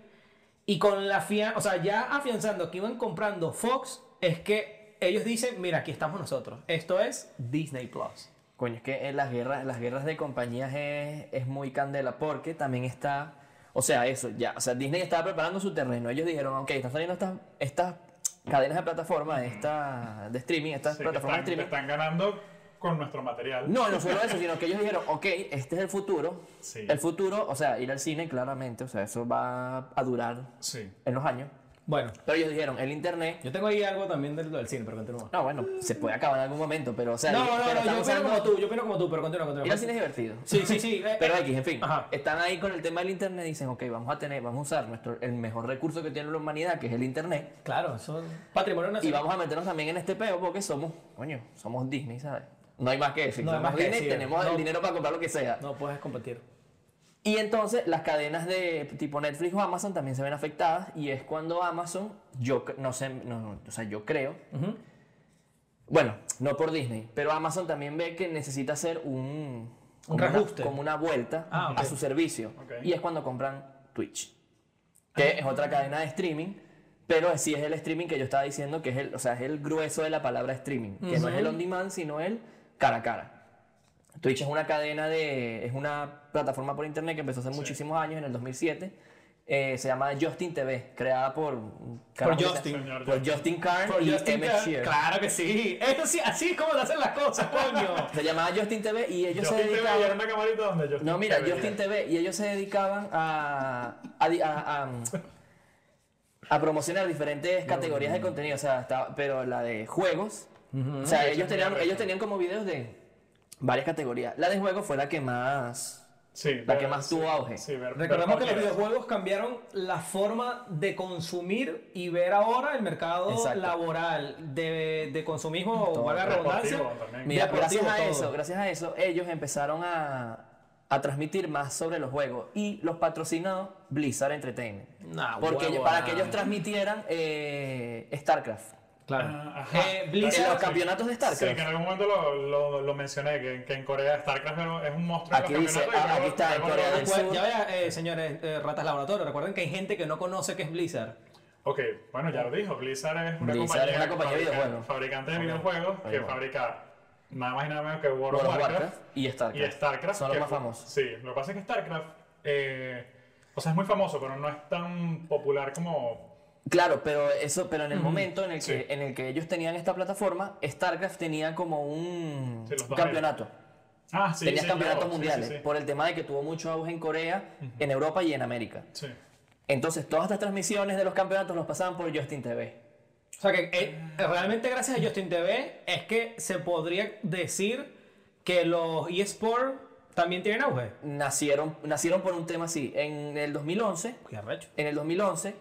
y con la fia, o sea, ya afianzando que iban comprando Fox es que ellos dicen, mira, aquí estamos nosotros. Esto es Disney Plus. Coño, es que en las guerras, las guerras de compañías es, es muy candela, porque también está, o sea, eso, ya, o sea, Disney estaba preparando su terreno. Ellos dijeron, ok, están saliendo estas, estas cadenas de plataformas, esta, de streaming, estas Sí, que plataformas están, de que streaming. están ganando con nuestro material. No, no solo eso, sino que ellos dijeron, ok, este es el futuro. Sí. El futuro, o sea, ir al cine, claramente, o sea, eso va a durar Sí. en los años. Bueno, Pero ellos dijeron, el internet, yo tengo ahí algo también del, del cine, pero continúa. no, bueno, se puede acabar en algún momento, pero, o sea, No, no, pero no, están yo opino usando- como tú, yo opino como tú, pero continúa, Ir continúa. al cine es divertido. Sí, (laughs) sí, sí. eh, Pero eh, X, en fin, Ajá. están ahí con el tema del internet y dicen, ok, vamos a tener, vamos a usar nuestro, el mejor recurso que tiene la humanidad, que es el internet, (laughs) Claro, son patrimonio y nacional. vamos a meternos también en este peo porque somos, coño, somos Disney, ¿sabes? No hay más que decir, No hay somos más que Disney, decir, tenemos no. el dinero para comprar lo que sea. No puedes competir. Y entonces las cadenas de tipo Netflix o Amazon también se ven afectadas y es cuando Amazon, yo cre- no sé, no, no, o sea, yo creo, bueno, no por Disney, pero Amazon también ve que necesita hacer un, como una- reajuste. como una vuelta Ah, ok. Ah. a su servicio Ok. y es cuando compran Twitch, que es otra cadena de streaming. Pero sí es el streaming que yo estaba diciendo, que es el, o sea, es el grueso de la palabra streaming, que no es el on demand, sino el cara a cara. Twitch es una cadena de. es una plataforma por internet que empezó hace muchísimos años, en el 2007. Eh, se llama Justin TV, creada por. un carajo que se- Justin. Señor Por Justin Karn Por y Justin Emmett Bieber. Shear. Claro que sí. Esto sí, así es como se hacen las (laughs) cosas, coño. Se llamaba Justin TV y ellos Justin se TV dedicaban. era una camarita donde Justin No, mira, TV Justin TV y ellos se dedicaban a. a, di- a- a- a promocionar diferentes categorías de contenido, o sea, estaba- pero la de juegos, o sea, ellos tenían, ellos tenían como videos de varias categorías. La de juegos fue la que más Sí, la ver- que más sí, tuvo auge. Sí, ver- ver Recordemos que los partidas. videojuegos cambiaron la forma de consumir y ver ahora el mercado Exacto. laboral de, de consumismo, o Todo. valga la redundancia. Deportivo también. Mira, Deportivo, gracias a todo. eso, gracias a eso, ellos empezaron a, a transmitir más sobre los juegos y los patrocinó Blizzard Entertainment. Nah, porque huevo, para nah. que ellos transmitieran eh, StarCraft. Claro. Ah, ajá. Eh, Blizzard- Sí, En los sí. campeonatos de Sí, que en StarCraft. algún momento lo, lo, lo mencioné, que, que en Corea StarCraft es un monstruo. en Aquí los dice, campeonatos y ah, luego- aquí está, en luego- Corea del- Recuer- Ya vea, eh, señores, eh, ratas laboratorio, recuerden que hay gente que no conoce qué es Blizzard. Ok, bueno, ya lo dijo, Blizzard es una Blizzard compañía, es una compañía de fabrica- videojuegos. fabricante de videojuegos que videojuegos. fabrica nada más y nada menos que World World of of Warcraft, Warcraft y StarCraft. Y StarCraft. Son los que más fue- famosos. Sí, lo que pasa es que StarCraft, eh, o sea, es muy famoso, pero no es tan popular como... Claro, pero eso, pero en el momento en el, Sí. que, en el que ellos tenían esta plataforma, StarCraft tenía como un Sí, los torneos. campeonato. Ah, sí, Tenías sí, campeonatos claro, sí, sí, mundiales. sí. Por el tema de que tuvo mucho auge en Corea, en Europa y en América. Sí. Entonces, todas estas transmisiones de los campeonatos los pasaban por Justin TV. O sea que eh, Ah. realmente gracias a Justin TV es que se podría decir que los eSports También tienen auge. nacieron, nacieron por un tema así. En el 2011, Qué arrecho. en el 2011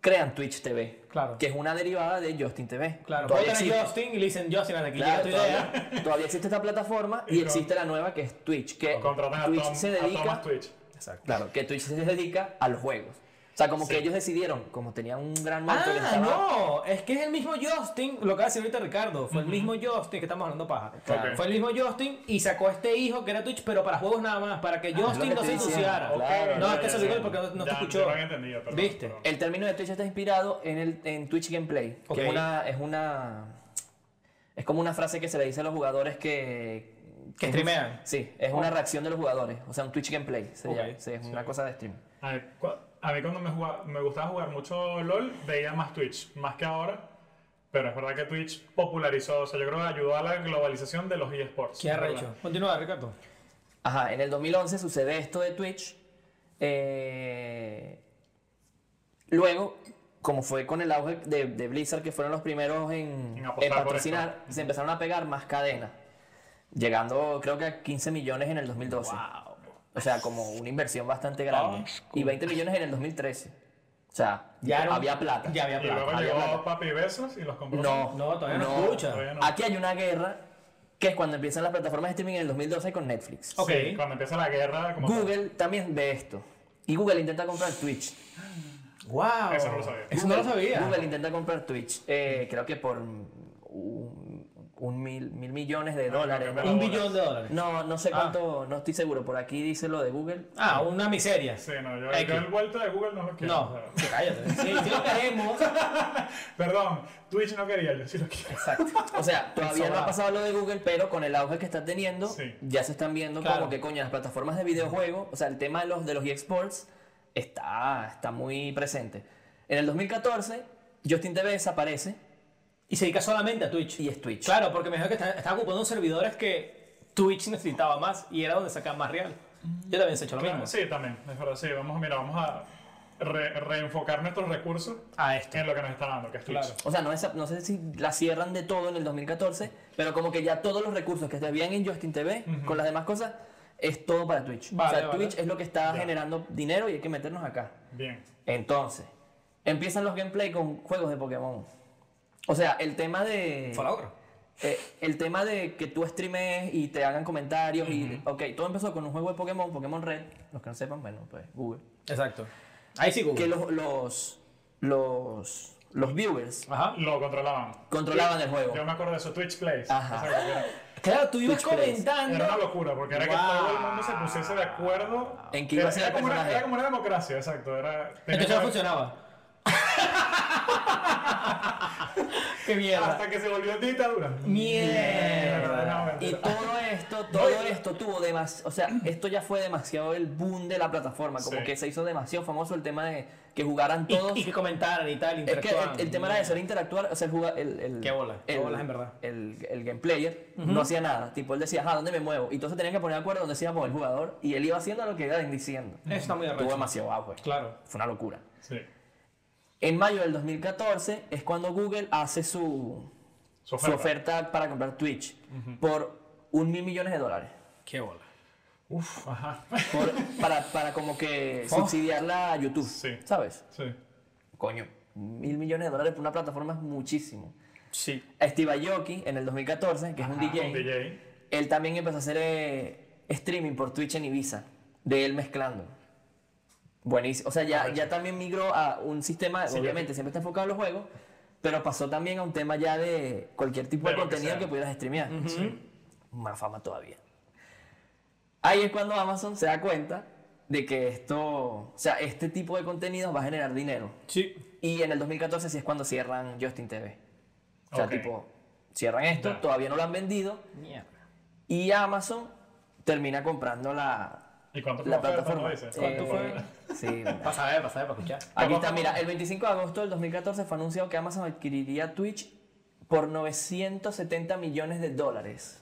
crean Twitch TV, Claro. que es una derivada de Justin TV. Claro, todavía pueden existe, tener Justin y le dicen Justin hasta aquí Claro, llega tu idea. todavía, todavía existe esta plataforma Y y con- existe la nueva que es Twitch, que Contratan a, Twitch Tom- se a Thomas dedica, Twitch. Exacto. claro, que Twitch se dedica a los juegos. O sea, como que ellos decidieron, como tenían un gran monstruo que Ah, estaba- no, es que es el mismo Justin, lo que hace ahorita Ricardo, fue el mismo Justin, que estamos hablando paja. Claro. Fue el mismo Justin y sacó este hijo que era Twitch, pero para juegos nada más, para que Ah, es lo Justin que no se estoy diciendo, ensuciara. Ah, claro, no, ya, es que ya, se ya. olvidó porque no, no te Ya, escuchó. yo no había entendido, perdón, ¿Viste? perdón. El término de Twitch está inspirado en, el, en Twitch Gameplay, Ok. que es una, es una. Es como una frase que se le dice a los jugadores que. Que es- streamean. Sí, es una reacción de los jugadores. O sea, un Twitch Gameplay. se Ok, llama, sí, es una cosa de stream. A, ver, cu- a mí cuando me, jugaba- me gustaba jugar mucho LOL, veía más Twitch, más que ahora. Pero es verdad que Twitch popularizó, o sea, yo creo que ayudó a la globalización de los eSports. ¿Qué es ha verdad. hecho? Continúa, Ricardo. Ajá, en el 2011 sucede esto de Twitch. Eh, luego, como fue con el auge de, de Blizzard, que fueron los primeros en, En apostar por patrocinar, se empezaron a pegar más cadenas. Llegando, creo que a 15 millones en el 2012. O sea, como una inversión bastante grande. Y 20 millones en el 2013. O sea, Ya era un- había plata. Ya había Y plata. luego había llegó plata. Papi Besos y los compró. No, No, todavía no, escucha. todavía no. Aquí hay una guerra que es cuando empiezan las plataformas de streaming en el 2012 con Netflix. Ok. Sí, cuando empieza la guerra, como Google también ve esto. Y Google intenta comprar Twitch. Wow. Eso no lo sabía. Eso no lo Google- sabía. Google intenta comprar Twitch. eh, creo que por un, un mil, mil millones de dólares. no, ¿no? Un billón de dólares. No, no sé cuánto, no estoy seguro. Por aquí dice lo de Google. Ah, una miseria. Sí, no, yo, X. yo el vuelto de Google no lo quiero. No, o sea. cállate. Sí, sí lo queremos. Perdón, Twitch no quería, yo sí lo quiero. O (laughs) sea, todavía no ha pasado lo de Google, pero con el auge que está teniendo, Sí. ya se están viendo Claro. como que coño, las plataformas de videojuegos, o sea, el tema de los, de los eSports está, está muy presente. En el 2014, Justin TV desaparece Y se dedica solamente a Twitch. y es Twitch. Claro, porque me dijeron que está- estaba ocupando servidores que Twitch necesitaba más y era donde sacaban más real. Mm. Yo también he hecho lo mismo. Sí, también, es verdad, sí, vamos, mira, vamos a re- reenfocar nuestros recursos A Ah, esto. en lo que nos está dando, que es Twitch. Claro. O sea, no, desa- no sé si la cierran de todo en el 2014, pero como que ya todos los recursos que habían en Justin TV, con las demás cosas, es todo para Twitch. Vale, o sea, vale. Twitch es lo que está Ya. generando dinero y hay que meternos acá. Bien. Entonces, empiezan los gameplay con juegos de Pokémon. O sea, el tema de. Fue la otra. eh, el tema de que tú streames y te hagan comentarios y. Ok, todo empezó con un juego de Pokémon, Pokémon Red. Los que no sepan, bueno, pues Google. Exacto. Ahí sí Que Google. los. Los. Los, los viewers Ajá. Lo controlaban. controlaban el juego. Yo me acuerdo de eso, Twitch Plays. Ajá. O sea, que era- Claro, tú ibas Twitch Plays. comentando. Era una locura, porque era que Wow. todo el mundo se pusiese de acuerdo. En que iba era, a ser era el como una, personaje. era como una democracia, exacto. Era, tenía Entonces no (laughs) que- funcionaba. Qué mierda. Ah, hasta que se volvió dictadura. No, Mierda. Y mentira. todo esto, todo esto tuvo demasiado, o sea, esto ya fue demasiado el boom de la plataforma, como Sí. que se hizo demasiado famoso el tema de que jugaran Y, todos. y que comentaran y tal, Es que interactuaban. el, el tema era de ser interactuar, o sea, el jugar, el, el, Qué bola, qué el- bolas, en verdad. El, el game player no hacía nada, tipo, él decía, ah, ¿dónde me muevo? Y entonces tenían que poner de acuerdo dónde se iba a mover el jugador, y él iba haciendo lo que iban diciendo. Eso está muy Tuvo arrecho. demasiado agua, Claro. fue una locura. Sí. En mayo del 2014 es cuando Google hace su, Su su oferta. oferta para comprar Twitch por un mil millones de dólares. Qué bola. Uf, ajá. Por- para, para como que subsidiarla a YouTube, Oh. Sí. ¿sabes? Sí. Coño, mil millones de dólares por una plataforma es muchísimo. Sí. Steve Aoki, en el 2014, que es un Ah, Un DJ, DJ. él también empezó a hacer eh, streaming por Twitch en Ibiza, de él mezclando. Buenísimo. O sea, ya, ya también migró a un sistema, obviamente, siempre está enfocado en los juegos, pero pasó también a un tema ya de cualquier tipo De de lo que contenido sea. que, pudieras streamear. Sí. Más fama todavía. Ahí es cuando Amazon se da cuenta de que esto, o sea, este tipo de contenido va a generar dinero. Sí. Y en el 2014 sí es cuando cierran Justin TV. O sea, Ok. tipo, cierran esto, Ya. todavía no lo han vendido. Mierda. Y Amazon termina comprando la, ¿Y cuánto fue la la oferta, plataforma. no dices? ¿Cuánto Eh, fue? (laughs) Sí. Pasa a ver, pasa a ver para escuchar. Aquí está, mira, el 25 de agosto del 2014 fue anunciado que Amazon adquiriría Twitch por 970 millones de dólares.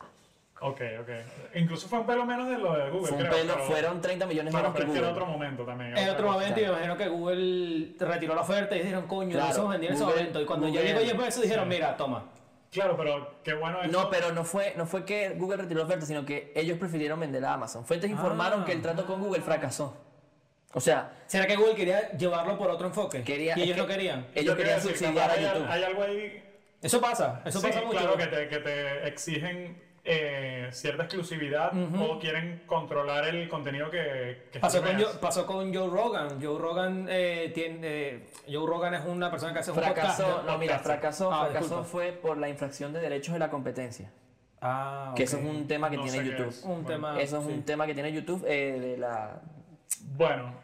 Ok, ok. Incluso fue un pelo menos de lo de Google. Fue un Pues creo, pelo- pero- fueron 30 millones Claro, menos que pero es que era Google. otro momento también. En otro momento, y me Claro. imagino que Google retiró la oferta y dijeron, coño, no Claro, somos vendidos en ese Google- momento. Y cuando yo Google- llego y después de eso, dijeron, mira, toma, Claro, pero qué bueno es. No, pero no fue, no fue que Google retiró la oferta, sino que ellos prefirieron vender a Amazon. Fuentes informaron que el trato con Google fracasó. O sea, ¿Será que Google quería llevarlo por otro enfoque? quería, y es ellos que no querían. Yo Ellos quería querían decir, subsidiar a capaz hay- YouTube. Hay algo ahí. Eso pasa, eso sí, pasa mucho. claro, que te, que te exigen eh, cierta exclusividad o quieren controlar el contenido que, que Pasó con, streameas. Joe, pasó con Joe Rogan. Joe Rogan, eh, tiene, eh, Joe Rogan es una persona que hace un fracasó. podcast. No, mira, podcast. fracasó, Ah, fracasó disculpa. fue por la infracción de derechos de la competencia. Ah, Que ok. eso es un tema que No tiene sé qué YouTube. es. Un tema. Eso es Ah, sí. un tema que tiene YouTube eh, de la Bueno,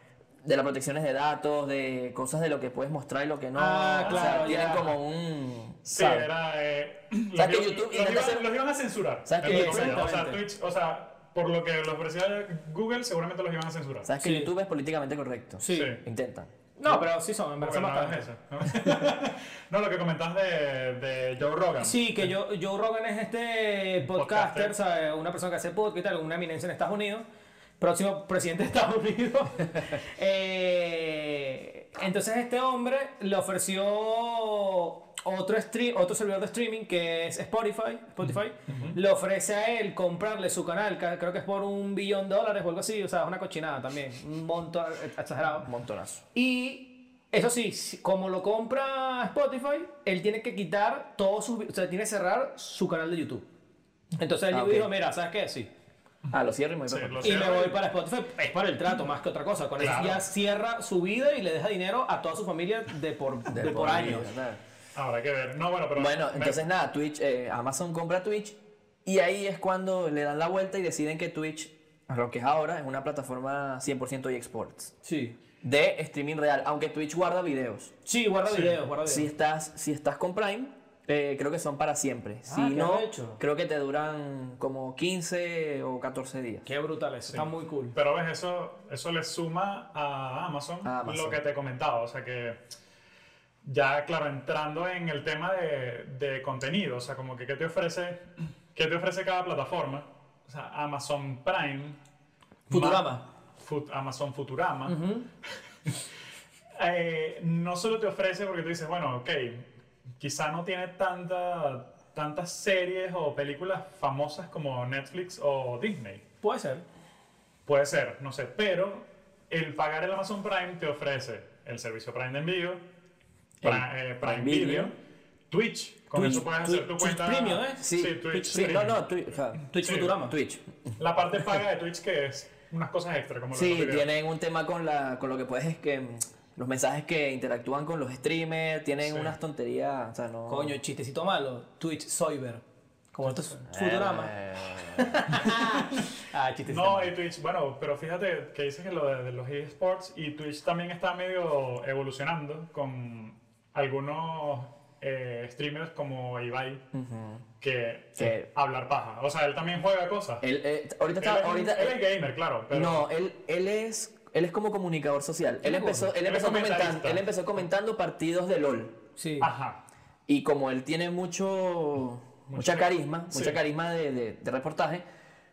de las protecciones de datos, de cosas de lo que puedes mostrar y lo que no. Ah, o sea, claro, tienen ya. como un. sí, ¿sabes? era. eh, (clears throat) O sea, los que iba- YouTube los intenta iban- hacer- Los iban a censurar. ¿Sabes es que lo que comento. O sea, Exactamente. Twitch, o sea, por lo que lo ofrecía Google, seguramente los iban a censurar. Sabes que Sí. YouTube es políticamente correcto. Sí. Sí. Intentan. No, pero sí son, en verdad Porque son no bastante. es eso. No, (laughs) lo que comentabas de, de Joe Rogan. Sí, que yo, Joe Rogan es este podcaster, Podcaster. ¿sabes? una persona que hace podcast y tal, una eminencia en Estados Unidos, próximo presidente de (laughs) Estados Unidos. Eh, entonces este hombre le ofreció otro, stream, otro servidor de streaming que es Spotify. Spotify le ofrece a él comprarle su canal, que creo que es por un billón de dólares o algo así, o sea, es una cochinada también, un montón exagerado. Un montonazo. Y eso sí, si- como lo compra Spotify, él tiene que quitar todos sus. vi- O sea, tiene que cerrar su canal de YouTube. Entonces él Ah, ok. dijo: Mira, ¿sabes qué? Sí. Ah, lo cierro y me voy Sí, para lo Y me cierran. voy para Spotify. Es para el trato más que otra cosa. Con Claro. eso ya cierra su vida y le deja dinero a toda su familia de por, (laughs) de por años. Habrá que ver. No, bueno, pero. Bueno, me- entonces nada, Twitch, eh, Amazon compra Twitch y ahí es cuando le dan la vuelta y deciden que Twitch, lo que es ahora, es una plataforma 100% eSports. Sí. De streaming real, aunque Twitch guarda videos. Sí, guarda videos, guarda Si videos. estás, si estás con Prime, eh, creo que son para siempre. Si Ah, qué no, arrecho. creo que te duran como 15 o 14 días. Qué brutal eso. Está muy cool. Pero ves, eso, eso le suma a Amazon, A Amazon. lo que te comentaba. O sea que ya, claro, entrando en el tema de, de contenido, o sea, como que qué te ofrece, qué te ofrece cada plataforma. O sea, Amazon Prime. Futurama. Ma- Fut- Amazon Futurama. (laughs) eh, no solo te ofrece porque tú dices, bueno, ok, quizá no tiene tanta, tantas series o películas famosas como Netflix o Disney. Puede ser. Puede ser, no sé, pero el pagar el Amazon Prime te ofrece el servicio Prime de envío, Pri- eh, Prime, Prime Video, Video, Twitch, con Twitch, eso puedes Twitch, hacer tu Twitch cuenta. Premium, ¿eh? Sí, Twitch, Twitch, sí, no, Premium. no, Twitch, o sea, Twitch Sí. Futurama. Twitch. La parte paga de Twitch que es unas cosas extra, como lo Sí, de los videos. tienen un tema con, la, con lo que puedes, es que mm, los mensajes que interactúan con los streamers, tienen Sí. unas tonterías, o sea, no... Coño, chistecito malo. Twitch Soyber. Como esto es Eh, Futurama. (laughs) Ah, este chistecito No, malo. y Twitch, bueno, pero fíjate que dices que lo de, de los eSports y Twitch también está medio evolucionando con algunos eh, streamers como Ibai, que Que- hablar paja. O sea, él también juega cosas. Él, eh, ahorita está, él, es, ahorita... él es gamer, claro, pero No, él, él es... Él es como comunicador social. Él empezó, él Él es empezó, comentando, comentarista. él empezó comentando partidos de LOL. eh. Sí. ajá. Y como él tiene mucho, mucha carisma, mucha carisma de, de- de reportaje,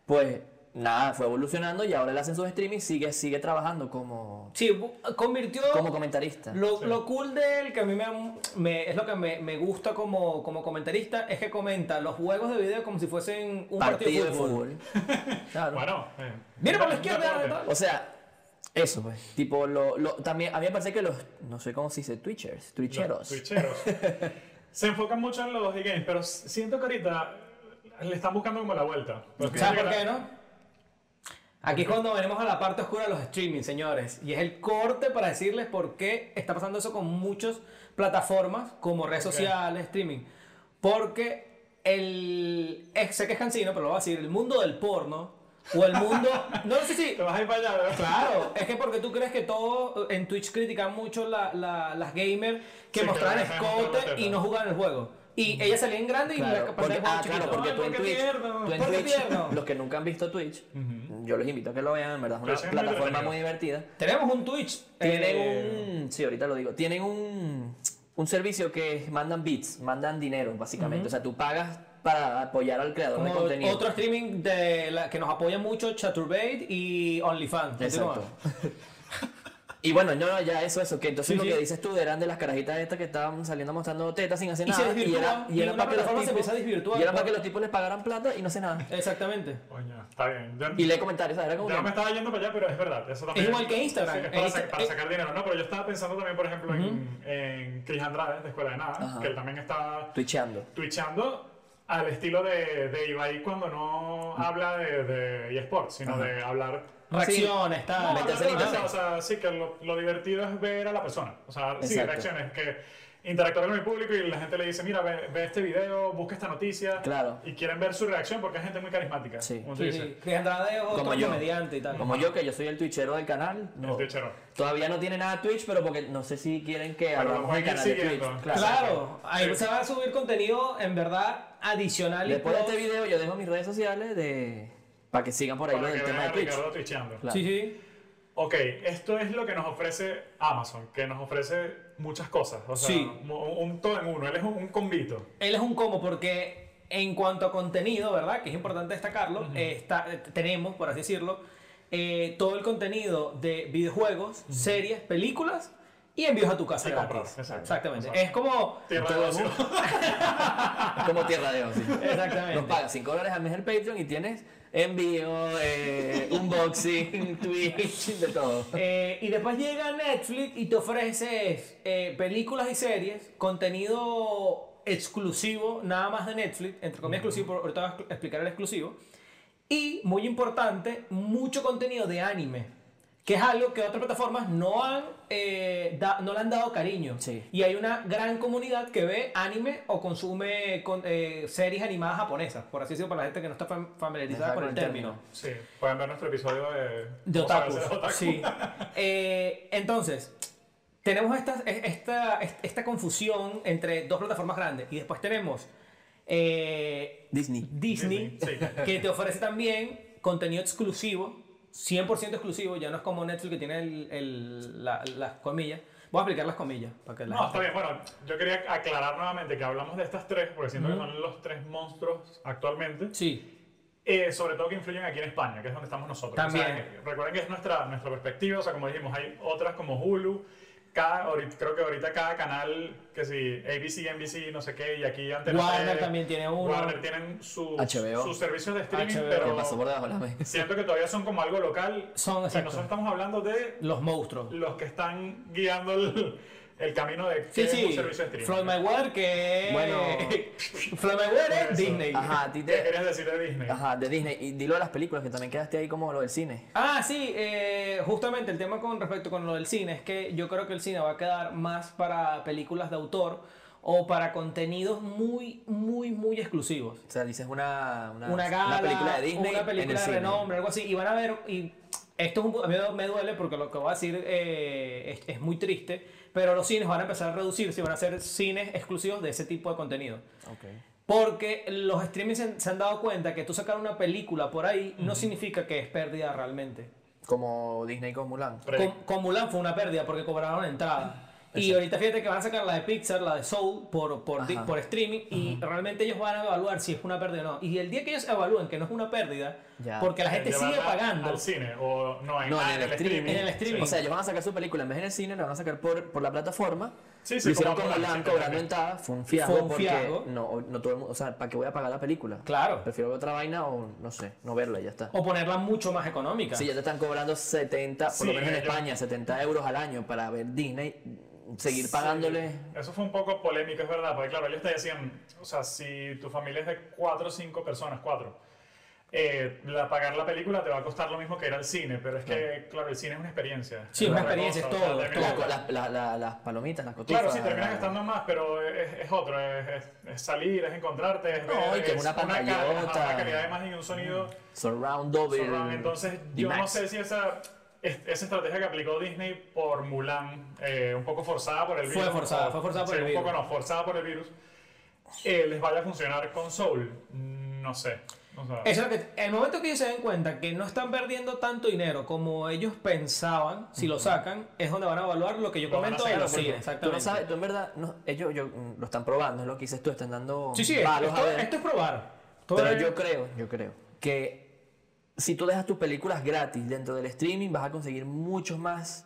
pues nada, fue evolucionando y ahora él hace sus streaming, sigue, sigue trabajando como, Sí, bu- convirtió como comentarista. lo, lo cool de él, que a mí me, me- es lo que me, me gusta como, como comentarista, es que comenta los juegos de video como si fuesen un partido, de fútbol. (laughs) Claro. Bueno, eh, Mira por la un izquierda, deporte. tal. O sea, eso pues. Tipo, lo, lo- también, a mí me parece que los, no sé cómo se dice, Twitchers, Los Twitcheros. Twitcheros. (laughs) Se enfocan mucho en los e-games, pero siento que ahorita le están buscando como la vuelta. Porque ¿Sabes fíjate por que qué, la- no? Aquí es cuando venimos a la parte oscura de los streaming, señores. Y es el corte para decirles por qué está pasando eso con muchas plataformas como redes sociales, streaming. Porque el. eh, Sé que es cansino, pero lo voy a decir. El mundo del porno. O el mundo. No, (laughs) sí, sí. Te vas a ir para allá, ¿verdad? Claro, (laughs) es que porque tú crees que todo en Twitch critican mucho la- la- las gamers que Sí, mostraban que dejaban mostrar la escote teta. y no jugaban el juego. Y ellas salían en grande y la Claro, capacidad porque, de juego ah, claro, porque chiquito. tú Ay, en ¿por qué Twitch, tierno? tú en ¿Por qué Twitch, tierno? los que nunca han visto Twitch, yo los invito a que lo vean, en verdad, Pero es sí una es muy plataforma entretenido. muy divertida. Tenemos un Twitch. Tienen eh, un. Sí, ahorita lo digo. Tienen un, un servicio que es- mandan bits, mandan dinero, básicamente. O sea, tú pagas para apoyar al creador de como contenido. otro streaming de la, que nos apoya mucho, Chaturbate y OnlyFans. Exacto. Continúa. Y bueno, no, no, ya eso, eso, que entonces Sí, lo sí. que dices tú eran de las carajitas estas que estaban saliendo mostrando tetas sin hacer Y se nada. Y era, desvirtúan, y y era una para que los plataforma se tipos, empieza a desvirtuar, y era para ¿no? que los tipos les pagaran plata y no hace nada. Exactamente. Coño, está bien. Yo, Y lee comentarios, ¿sabes? Era como yo no me que- estaba yendo para allá, pero es verdad. Eso también Es igual que Instagram. Sí, es para, En sa- Insta- para eh. sacar dinero, ¿no? Pero yo estaba pensando también, por ejemplo, en, en Chris Andrade, de Escuela de Nada, Ajá. que él también está Twitcheando. twitchando al estilo de, de Ibai cuando no habla de, de eSports, sino de hablar... Reacciones, No, tal. hablar Ah, meterse de en lo que sea, internet. o sea, sí, que lo, lo divertido es ver a la persona. O sea, sí, Exacto. reacciones, que interactuar con el público y la gente le dice, mira, ve, ve este video, busca esta noticia. Claro. Y quieren ver su reacción porque es gente muy carismática. Sí. como tú Sí, dices. sí. Chris Andrade es otro Como yo. comediante y tal. Como yo, que yo soy el twitchero del canal. no- El twitchero. Todavía no tiene nada Twitch, pero porque no sé si quieren que lo abramos pueden el ir canal de Twitch. siguiendo. Claro. Claro, ahí Sí. se va a subir contenido en verdad adicional. y Después de pro- este video yo dejo mis redes sociales de para que sigan por ahí lo Para que del vean tema de a Twitch. Ricardo twitchando. Claro. Sí, sí. Ok, esto es lo que nos ofrece Amazon, que nos ofrece muchas cosas. O sea, Sí. mo- un, todo en uno. Él es un, un combito. Él es un como porque en cuanto a contenido, ¿verdad? Que es importante destacarlo, eh, está- eh, tenemos, por así decirlo, eh, todo el contenido de videojuegos, series, películas y envíos a tu casa Y gratis. comprar, exacto, Exactamente. exacto. Es como... Tierra de Todo ocio. Como tierra de ocio. (laughs) Exactamente. Nos pagas 5 dólares al mes el Patreon y tienes envío, eh, unboxing, (laughs) Twitch, de todo. (laughs) Eh, y después llega Netflix y te ofrece eh, películas y series, contenido exclusivo, nada más de Netflix, entre comillas exclusivo, pero ahorita voy a explicar el exclusivo. Y, muy importante, mucho contenido de anime, que es algo que otras plataformas no, han, eh, da- no le han dado cariño. Sí. Y hay una gran comunidad que ve anime o consume con- eh, series animadas japonesas, por así decirlo, para la gente que no está fam- familiarizada Exacto, con el el término. término. Sí, pueden ver nuestro episodio de... De ¿Cómo saber otakus. ser (laughs) otaku? Sí. Eh, entonces, tenemos esta, esta, esta confusión entre dos plataformas grandes. Y después tenemos eh, Disney. Disney, Disney, sí. (laughs) que te ofrece también contenido exclusivo, 100% exclusivo. Ya no es como Netflix que tiene el- el- la- las comillas. Voy a explicar las comillas. Para que No, la gente- está bien. Bueno, yo quería aclarar nuevamente que hablamos de estas tres, porque siento que son los tres monstruos actualmente. Sí, Eh, sobre todo que influyen aquí en España, que es donde estamos nosotros. También. O sea, eh, recuerden que es nuestra, nuestra perspectiva, o sea, como dijimos, hay otras como Hulu, cada, ahorita- creo que ahorita cada canal, que si ABC, NBC, no sé qué, y aquí antes... Warner también tiene uno. Warner tienen sus, HBO. sus servicios de streaming, HBO. Que pero pasó por debajo de la mesa. siento que todavía son como algo local. Son, y exacto. nosotros estamos hablando de los monstruos. los que están guiando el, el camino de qué Sí, es un sí. servicio de streaming. Floyd Mayweather, que Bueno. (laughs) Floyd Mayweather es Eso. Disney. Ajá, a ti ¿Qué te, querías decir de Disney? ajá, de Disney. Y dilo de las películas, que también quedaste ahí como lo del cine. Ah, sí, eh, justamente el tema con respecto con lo del cine es que yo creo que el cine va a quedar más para películas de autor o para contenidos muy, muy, muy exclusivos. O sea, dices una, una, Una gala, una película de Disney. una película en el de cine. renombre, algo así. Y van a ver, y esto es un pu- a mí me duele porque lo que voy a decir eh, es, es muy triste, pero los cines van a empezar a reducirse y van a ser cines exclusivos de ese tipo de contenido. Ok. Porque los streamings se, se han dado cuenta que tú sacar una película por ahí no significa que es pérdida realmente. Como Disney con Mulan. Pre- Con, con Mulan fue una pérdida porque cobraron entrada. Y ahorita fíjate que van a sacar la de Pixar, la de Soul, por, por, di- Ajá. por streaming. Y realmente ellos van a evaluar si es una pérdida o no. Y el día que ellos evalúen que no es una pérdida, Ya. porque la gente sigue Llevarla pagando. Al cine, o no, en, No, ah, en el streaming. En el streaming. O sea, ellos van a sacar su película en vez de en el cine, la van a sacar por, por la plataforma. Sí, sí, Lo hicieron como con Mulan, Mulan sí, cobrando también. entrada. Fue un fiasco. Fue un porque fiasco. No, no todo el mundo. O sea, ¿para qué voy a pagar la película? Claro. Prefiero ver otra vaina o no sé, no verla y ya está. O ponerla mucho más económica. Si ya te están cobrando 70, por Sí, lo menos en yo- España, 70 euros al año para ver Disney, seguir pagándole. Eso fue un poco polémico, es verdad, porque claro, ellos te decían, o sea, si tu familia es de cuatro o cinco personas, cuatro, eh, la, pagar la película te va a costar lo mismo que ir al cine, pero es que, claro, el cine es una experiencia. Sí, es una otra experiencia, cosa, es todo, terminas- todo. Las co- las- la- la- las palomitas, las cotufas. Claro, sí, terminas eh, la- gastando más, pero es, es otro, es, es- es salir, es encontrarte, es No, y que una ca- ajá, pantallota. una calidad de imagen y un sonido. Surround Mm, double. Surround. Entonces, yo no D-Max. sé si esa, es- esa estrategia que aplicó Disney por Mulan, eh, un poco forzada por el Fue virus. forzada, o- fue forzada por sí, el virus. Un poco no, forzada por el virus. eh, les vaya a funcionar con Soul. No sé. O sea, Eso es lo que, el momento que ellos se den cuenta que no están perdiendo tanto dinero como ellos pensaban, si lo sacan, es donde van a evaluar lo que yo Lo van a comento de sacar, los porque cines. Tú no Exactamente. sabes, tú en verdad, no, ellos yo, mm, lo están probando, es lo que dices tú, están dando Sí, sí, palos a esto, ver. esto es probar. Todo pero es- yo creo, yo creo que si tú dejas tus películas gratis dentro del streaming, vas a conseguir muchos más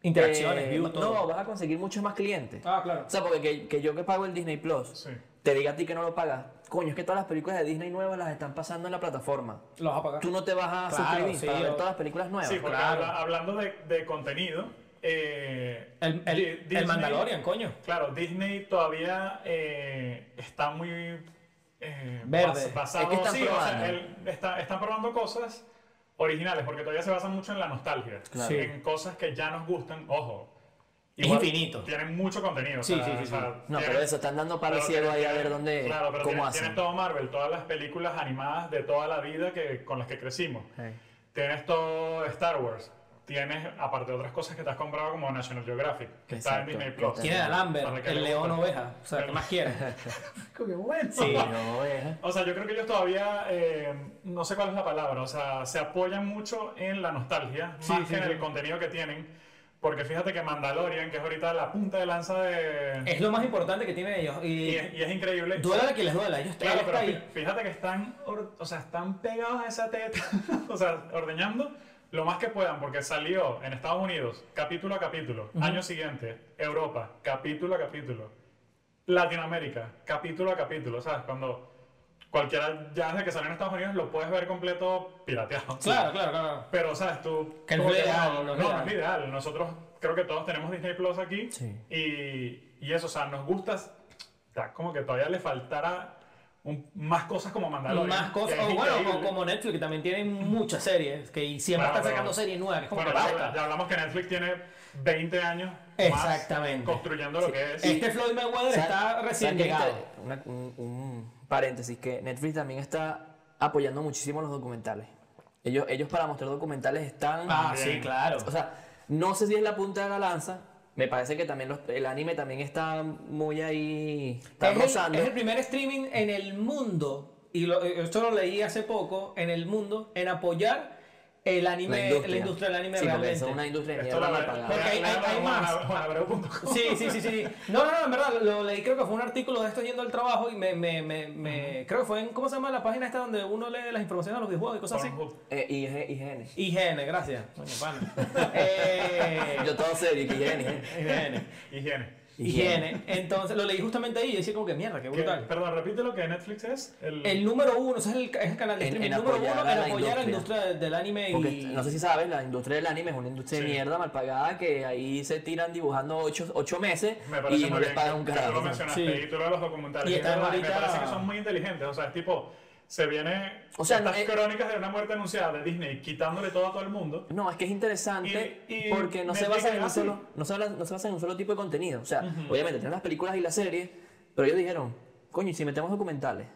Interacciones, eh, views, todo. No, vas a conseguir muchos más clientes. Ah, claro. O sea, porque que, que yo que pago el Disney Plus, Sí. te diga a ti que no lo pagas. Coño, es que todas las películas de Disney nuevas las están pasando en la plataforma. Lo vas a pagar. Tú no te vas a Claro, suscribir sí, para ver o- todas las películas nuevas. Sí, porque claro. habla- hablando de, de contenido. eh, El, el, Di- el Disney- Mandalorian, coño. Claro, Disney todavía eh, está muy eh, Verde. bas- basado. Es que están sí, o sea, probando. él está- están probando cosas originales, porque todavía se basan mucho en la nostalgia. Claro. Sí. En cosas que ya nos gustan, ojo. Es infinito. Tienen mucho contenido. Sí, o sea, sí, sí, o sea, sí. No, tienen- pero eso, están dando palo pero ciego tienen- ahí a ver tienen- dónde, Claro, pero cómo tienen, hacen. tienen todo Marvel, todas las películas animadas de toda la vida que, con las que crecimos. Tienes todo Star Wars. Tienes, aparte de otras cosas que te has comprado, como National Geographic, que está en Exacto, Disney que Plus. está- Tiene a Para Lambert, que el le león guste. oveja. O sea, ¿qué más (laughs) quieres? Sí, no, eh. O sea, yo creo que ellos todavía, eh, no sé cuál es la palabra, o sea, se apoyan mucho en la nostalgia, más que en el contenido que tienen. Porque fíjate que Mandalorian, que es ahorita la punta de lanza de... Es lo más importante que tienen ellos. Y Y es, y es increíble. duela a quien les duela. Ellos Claro, él pero está fí- Este, ahí. fíjate que están, or- o sea, están pegados a esa teta, (laughs) o sea, ordeñando lo más que puedan, porque salió en Estados Unidos, capítulo a capítulo, año siguiente, Europa, capítulo a capítulo, Latinoamérica, capítulo a capítulo, ¿sabes? Cuando cualquiera, ya desde que salió en Estados Unidos, lo puedes ver completo pirateado. Claro, claro, claro. Pero, ¿sabes? Tú... Que no como es ideal, no, no es no, ideal. no es ideal. Nosotros creo que todos tenemos Disney Plus aquí. Sí. Y, y eso, o sea, nos gusta... o sea, como que todavía le faltara un- más cosas como Mandalorian. Más cosas. que es O bueno, increíble. o como Netflix, que también tienen muchas series. Que y siempre Claro, están sacando pero- series nuevas. que es como Bueno, que ya, basta. ya hablamos que Netflix tiene 20 años más Exactamente. construyendo lo que es. Este Floyd Mayweather ¿Sabes- está sabes recién que está- llegado. una- un, un paréntesis, que Netflix también está apoyando muchísimo los documentales. Ellos, ellos para mostrar documentales están... Ah, Bien. sí, claro. O sea, no sé si es la punta de la lanza. Me parece que también los- el anime también está muy ahí... Está es, el- rozando. es El, primer streaming en el mundo, y lo- eh, esto lo leí hace poco, en el mundo, en apoyar el anime, la industria, del anime Sí, porque realmente. eso es una industria de Esto mierda la- mal pagada. la- Porque hay- la- hay- la- hay la- más. la- juanabreu.com. (laughs) Sí, sí, sí, sí. No, no, no, en verdad, lo leí, creo que fue un artículo de esto yendo al trabajo y me, me, me, me- creo que fue en, ¿cómo se llama la página esta donde uno lee las informaciones de los videojuegos y cosas así? Pornhub. Eh, IG, IGN. (laughs) IGN, gracias. Coño, pana. (laughs) Eh, (laughs) Yo todo serio, que IGN. IGN. Higiene. IGN. Entonces, lo leí justamente ahí y decía como que mierda, qué Que- brutal. Perdón, repite lo que Netflix es. El, El número uno, o sea, es el, es el canal de En- streaming en número uno en apoyar a apoyar la a la industria. industria del- del anime y... Porque no sé si sabes, la industria del anime es una industria de Sí. mierda mal pagada que ahí se tiran dibujando 8 meses Me parece y no muy les bien pagan un que tú lo carajo. mencionaste Sí. y tú lo de los documentales. Y Y es están verdad, ahorita- Me parece que son muy inteligentes. O sea, es tipo, se viene O sea, estas no, eh, crónicas de una muerte anunciada de Disney quitándole todo a todo el mundo. No, es que es interesante Y- y porque no se, Netflix basa en es un así. solo, no, se habla- no se basa en un solo tipo de contenido. O sea, obviamente tienen las películas y las series, pero ellos dijeron, coño, ¿y si metemos documentales?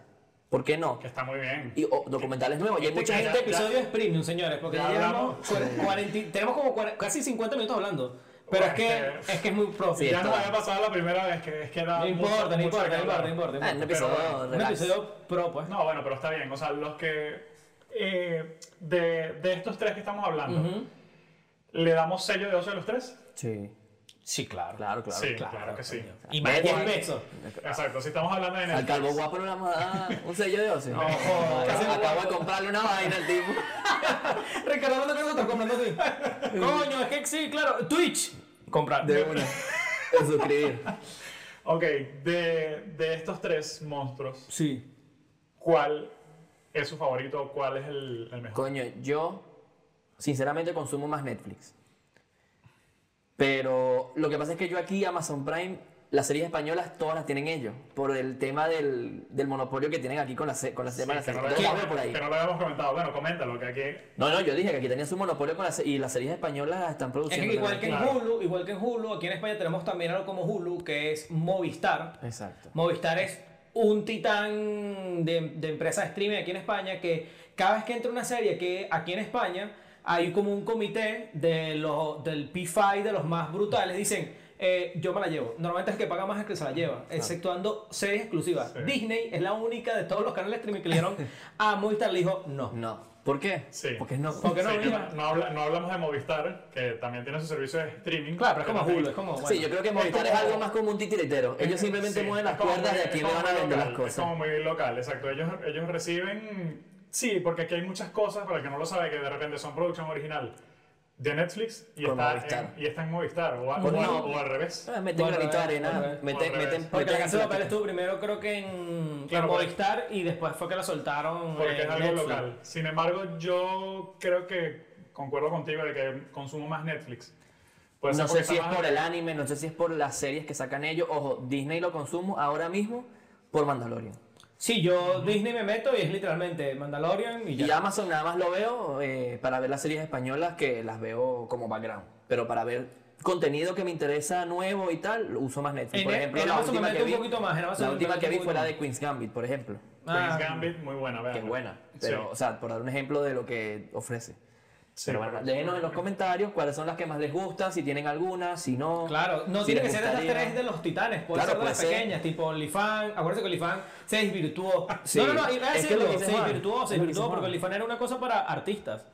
¿Por qué no? Que está muy bien. Y o, documentales nuevos. Y hay mucha que ya- Este gente... episodio es premium, señores, porque Ya ya llevamos hablamos. cuare- 40 tenemos como cuare- casi 50 minutos hablando. Pero Bueno, es que, es que- es que es muy profi. ya está. nos había pasado la primera vez que es que era No mucho- importa, no mucho importa, que no importa, hablar. no importa. no Ah, un importa. episodio Un relax. episodio pro, pues. No, bueno, pero está bien. O sea, los que. eh, de, de estos tres que estamos hablando, ¿le damos sello de 12 a los tres? Sí, Sí, claro. claro, claro. sí, claro, claro. que sí. Y más de 10 Bueno. pesos. Exacto, si estamos hablando de Al Netflix. calvo guapo no le vamos a dar un sello de ocio. joder. Acabo- acabo de comprarle una vaina al tipo. Recargando que nosotros comprando así. (laughs) Coño, es que sí, claro. Twitch. (laughs) Comprar. De una. Suscribir. Ok, de, de estos tres monstruos, Sí. ¿cuál es su favorito o cuál es el, el mejor? Coño, yo sinceramente consumo más Netflix. Pero lo que pasa es que yo aquí, Amazon Prime, las series españolas todas las tienen ellos. Por el tema del, del monopolio que tienen aquí con las se- con las temas que, de no las lo series. Yo las veo habíamos, por ahí. que no lo habíamos comentado. Bueno, coméntalo, que aquí No, no, yo dije que aquí tenían su monopolio con las, y las series españolas las están Es produciendo. que igual que también. en Claro. Hulu, igual que en Hulu, aquí en España tenemos también algo como Hulu, que es Movistar. Exacto. Movistar es un titán de, de empresa de streaming aquí en España que cada vez que entra una serie que aquí en España hay como un comité de los, del P5 de los más brutales, dicen eh, yo me la llevo. Normalmente el que paga más es el que se la lleva, exceptuando series exclusivas. Sí. Disney es la única de todos los canales de streaming que le dieron a Movistar, le dijo no. Mm. No. ¿Por qué? Sí. Porque no. Porque no, Sí, que mira. no, habla- no hablamos de Movistar, que también tiene su servicio de streaming. Claro, pero es como Hulu, es como... sí, bueno. yo creo que Movistar es, como- algo más como un titiritero. Ellos simplemente Sí, mueven es las como cuerdas muy- de aquí es me como van a muy vender las local, Es como cosas. muy local, exacto. Ellos, ellos reciben. Sí, porque aquí hay muchas cosas, para el que no lo sabe, que de repente son producción original. de Netflix y, Con está Movistar. en, y está en Movistar, o, a- Por o a- no. o al revés. Ah, Meten Bueno, granito de eh, bueno, arena, eh, meten, bueno, meten, eh, Porque la meten Casa de Papel platica. estuvo primero creo que en, Claro, en porque- Movistar y después fue que la soltaron Porque en es algo Netflix. local. Sin embargo, yo creo que concuerdo contigo de que consumo más Netflix. Puede Pues ser No sé porque si es está más- por el anime, no sé si es por las series que sacan ellos. Ojo, Disney lo consumo ahora mismo por Mandalorian. Sí, yo Disney me meto y es literalmente Mandalorian y ya. Y Amazon nada más lo veo eh, para ver las series españolas que las veo como background. Pero para ver contenido que me interesa nuevo y tal, uso más Netflix. En- e- por ejemplo, en la Amazon me última meto que un vi, poquito más, en Amazon la me última meto que un vi poquito fue la más. de Queen's Gambit, por ejemplo. Queen's Pues, Ah, Gambit, muy buena, Que es vean. buena. Pero, o sea, por dar un ejemplo de lo que ofrece. Sí, pero bueno, correcto. déjenos en los comentarios cuáles son las que más les gustan, si tienen alguna, si no. Claro, no si tiene que les ser de las gustaría. tres de los titanes, puede Claro, ser de las puede ser. Ah, pequeñas, tipo OnlyFans. Acuérdense que OnlyFans se desvirtuó. Sí. No, no, no, iba a Es que es lo decirlo, que dice se Juan. desvirtuó, se Es lo que desvirtuó dice porque Juan. OnlyFans era una cosa para artistas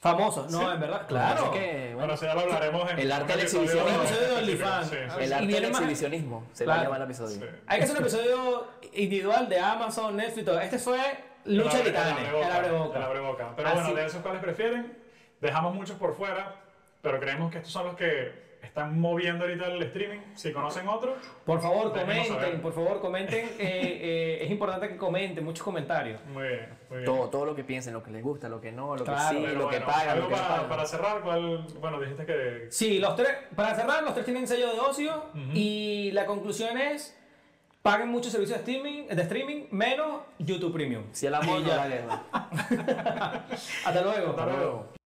famosos, no, Sí. en verdad, Claro. claro. que, bueno, Bueno, eso ya lo hablaremos en El arte en un del episodio- exhibicionismo. Episodio de OnlyFans. Sí, sí, que- el y arte viene del más- exhibicionismo se Claro. va a llamar el episodio. sí. Hay que hacer un episodio individual de Amazon, Netflix, todo. Este fue Lucha El de abre- Titanes, el El abreboca. abreboca. Ah, Pero Así- bueno, de esos cuales prefieren, dejamos muchos por fuera, pero creemos que estos son los que están moviendo ahorita el streaming. Si conocen otro, Por favor, Déjenos saber. comenten, por favor, comenten. eh, eh, es importante que comenten, muchos comentarios. muy bien, muy bien. Todo, todo lo que piensen, lo que les gusta, lo que no, lo Claro, que sí, Pero lo que bueno, pagan, lo algo que no para, pagan. para cerrar, ¿cuál? Bueno, dijiste que Sí, los tres, para cerrar, los tres tienen sello de ocio y la conclusión es, paguen muchos servicios de streaming, de streaming menos YouTube Premium. Si el amor Y no ya. la guerra. Hasta luego. Hasta luego.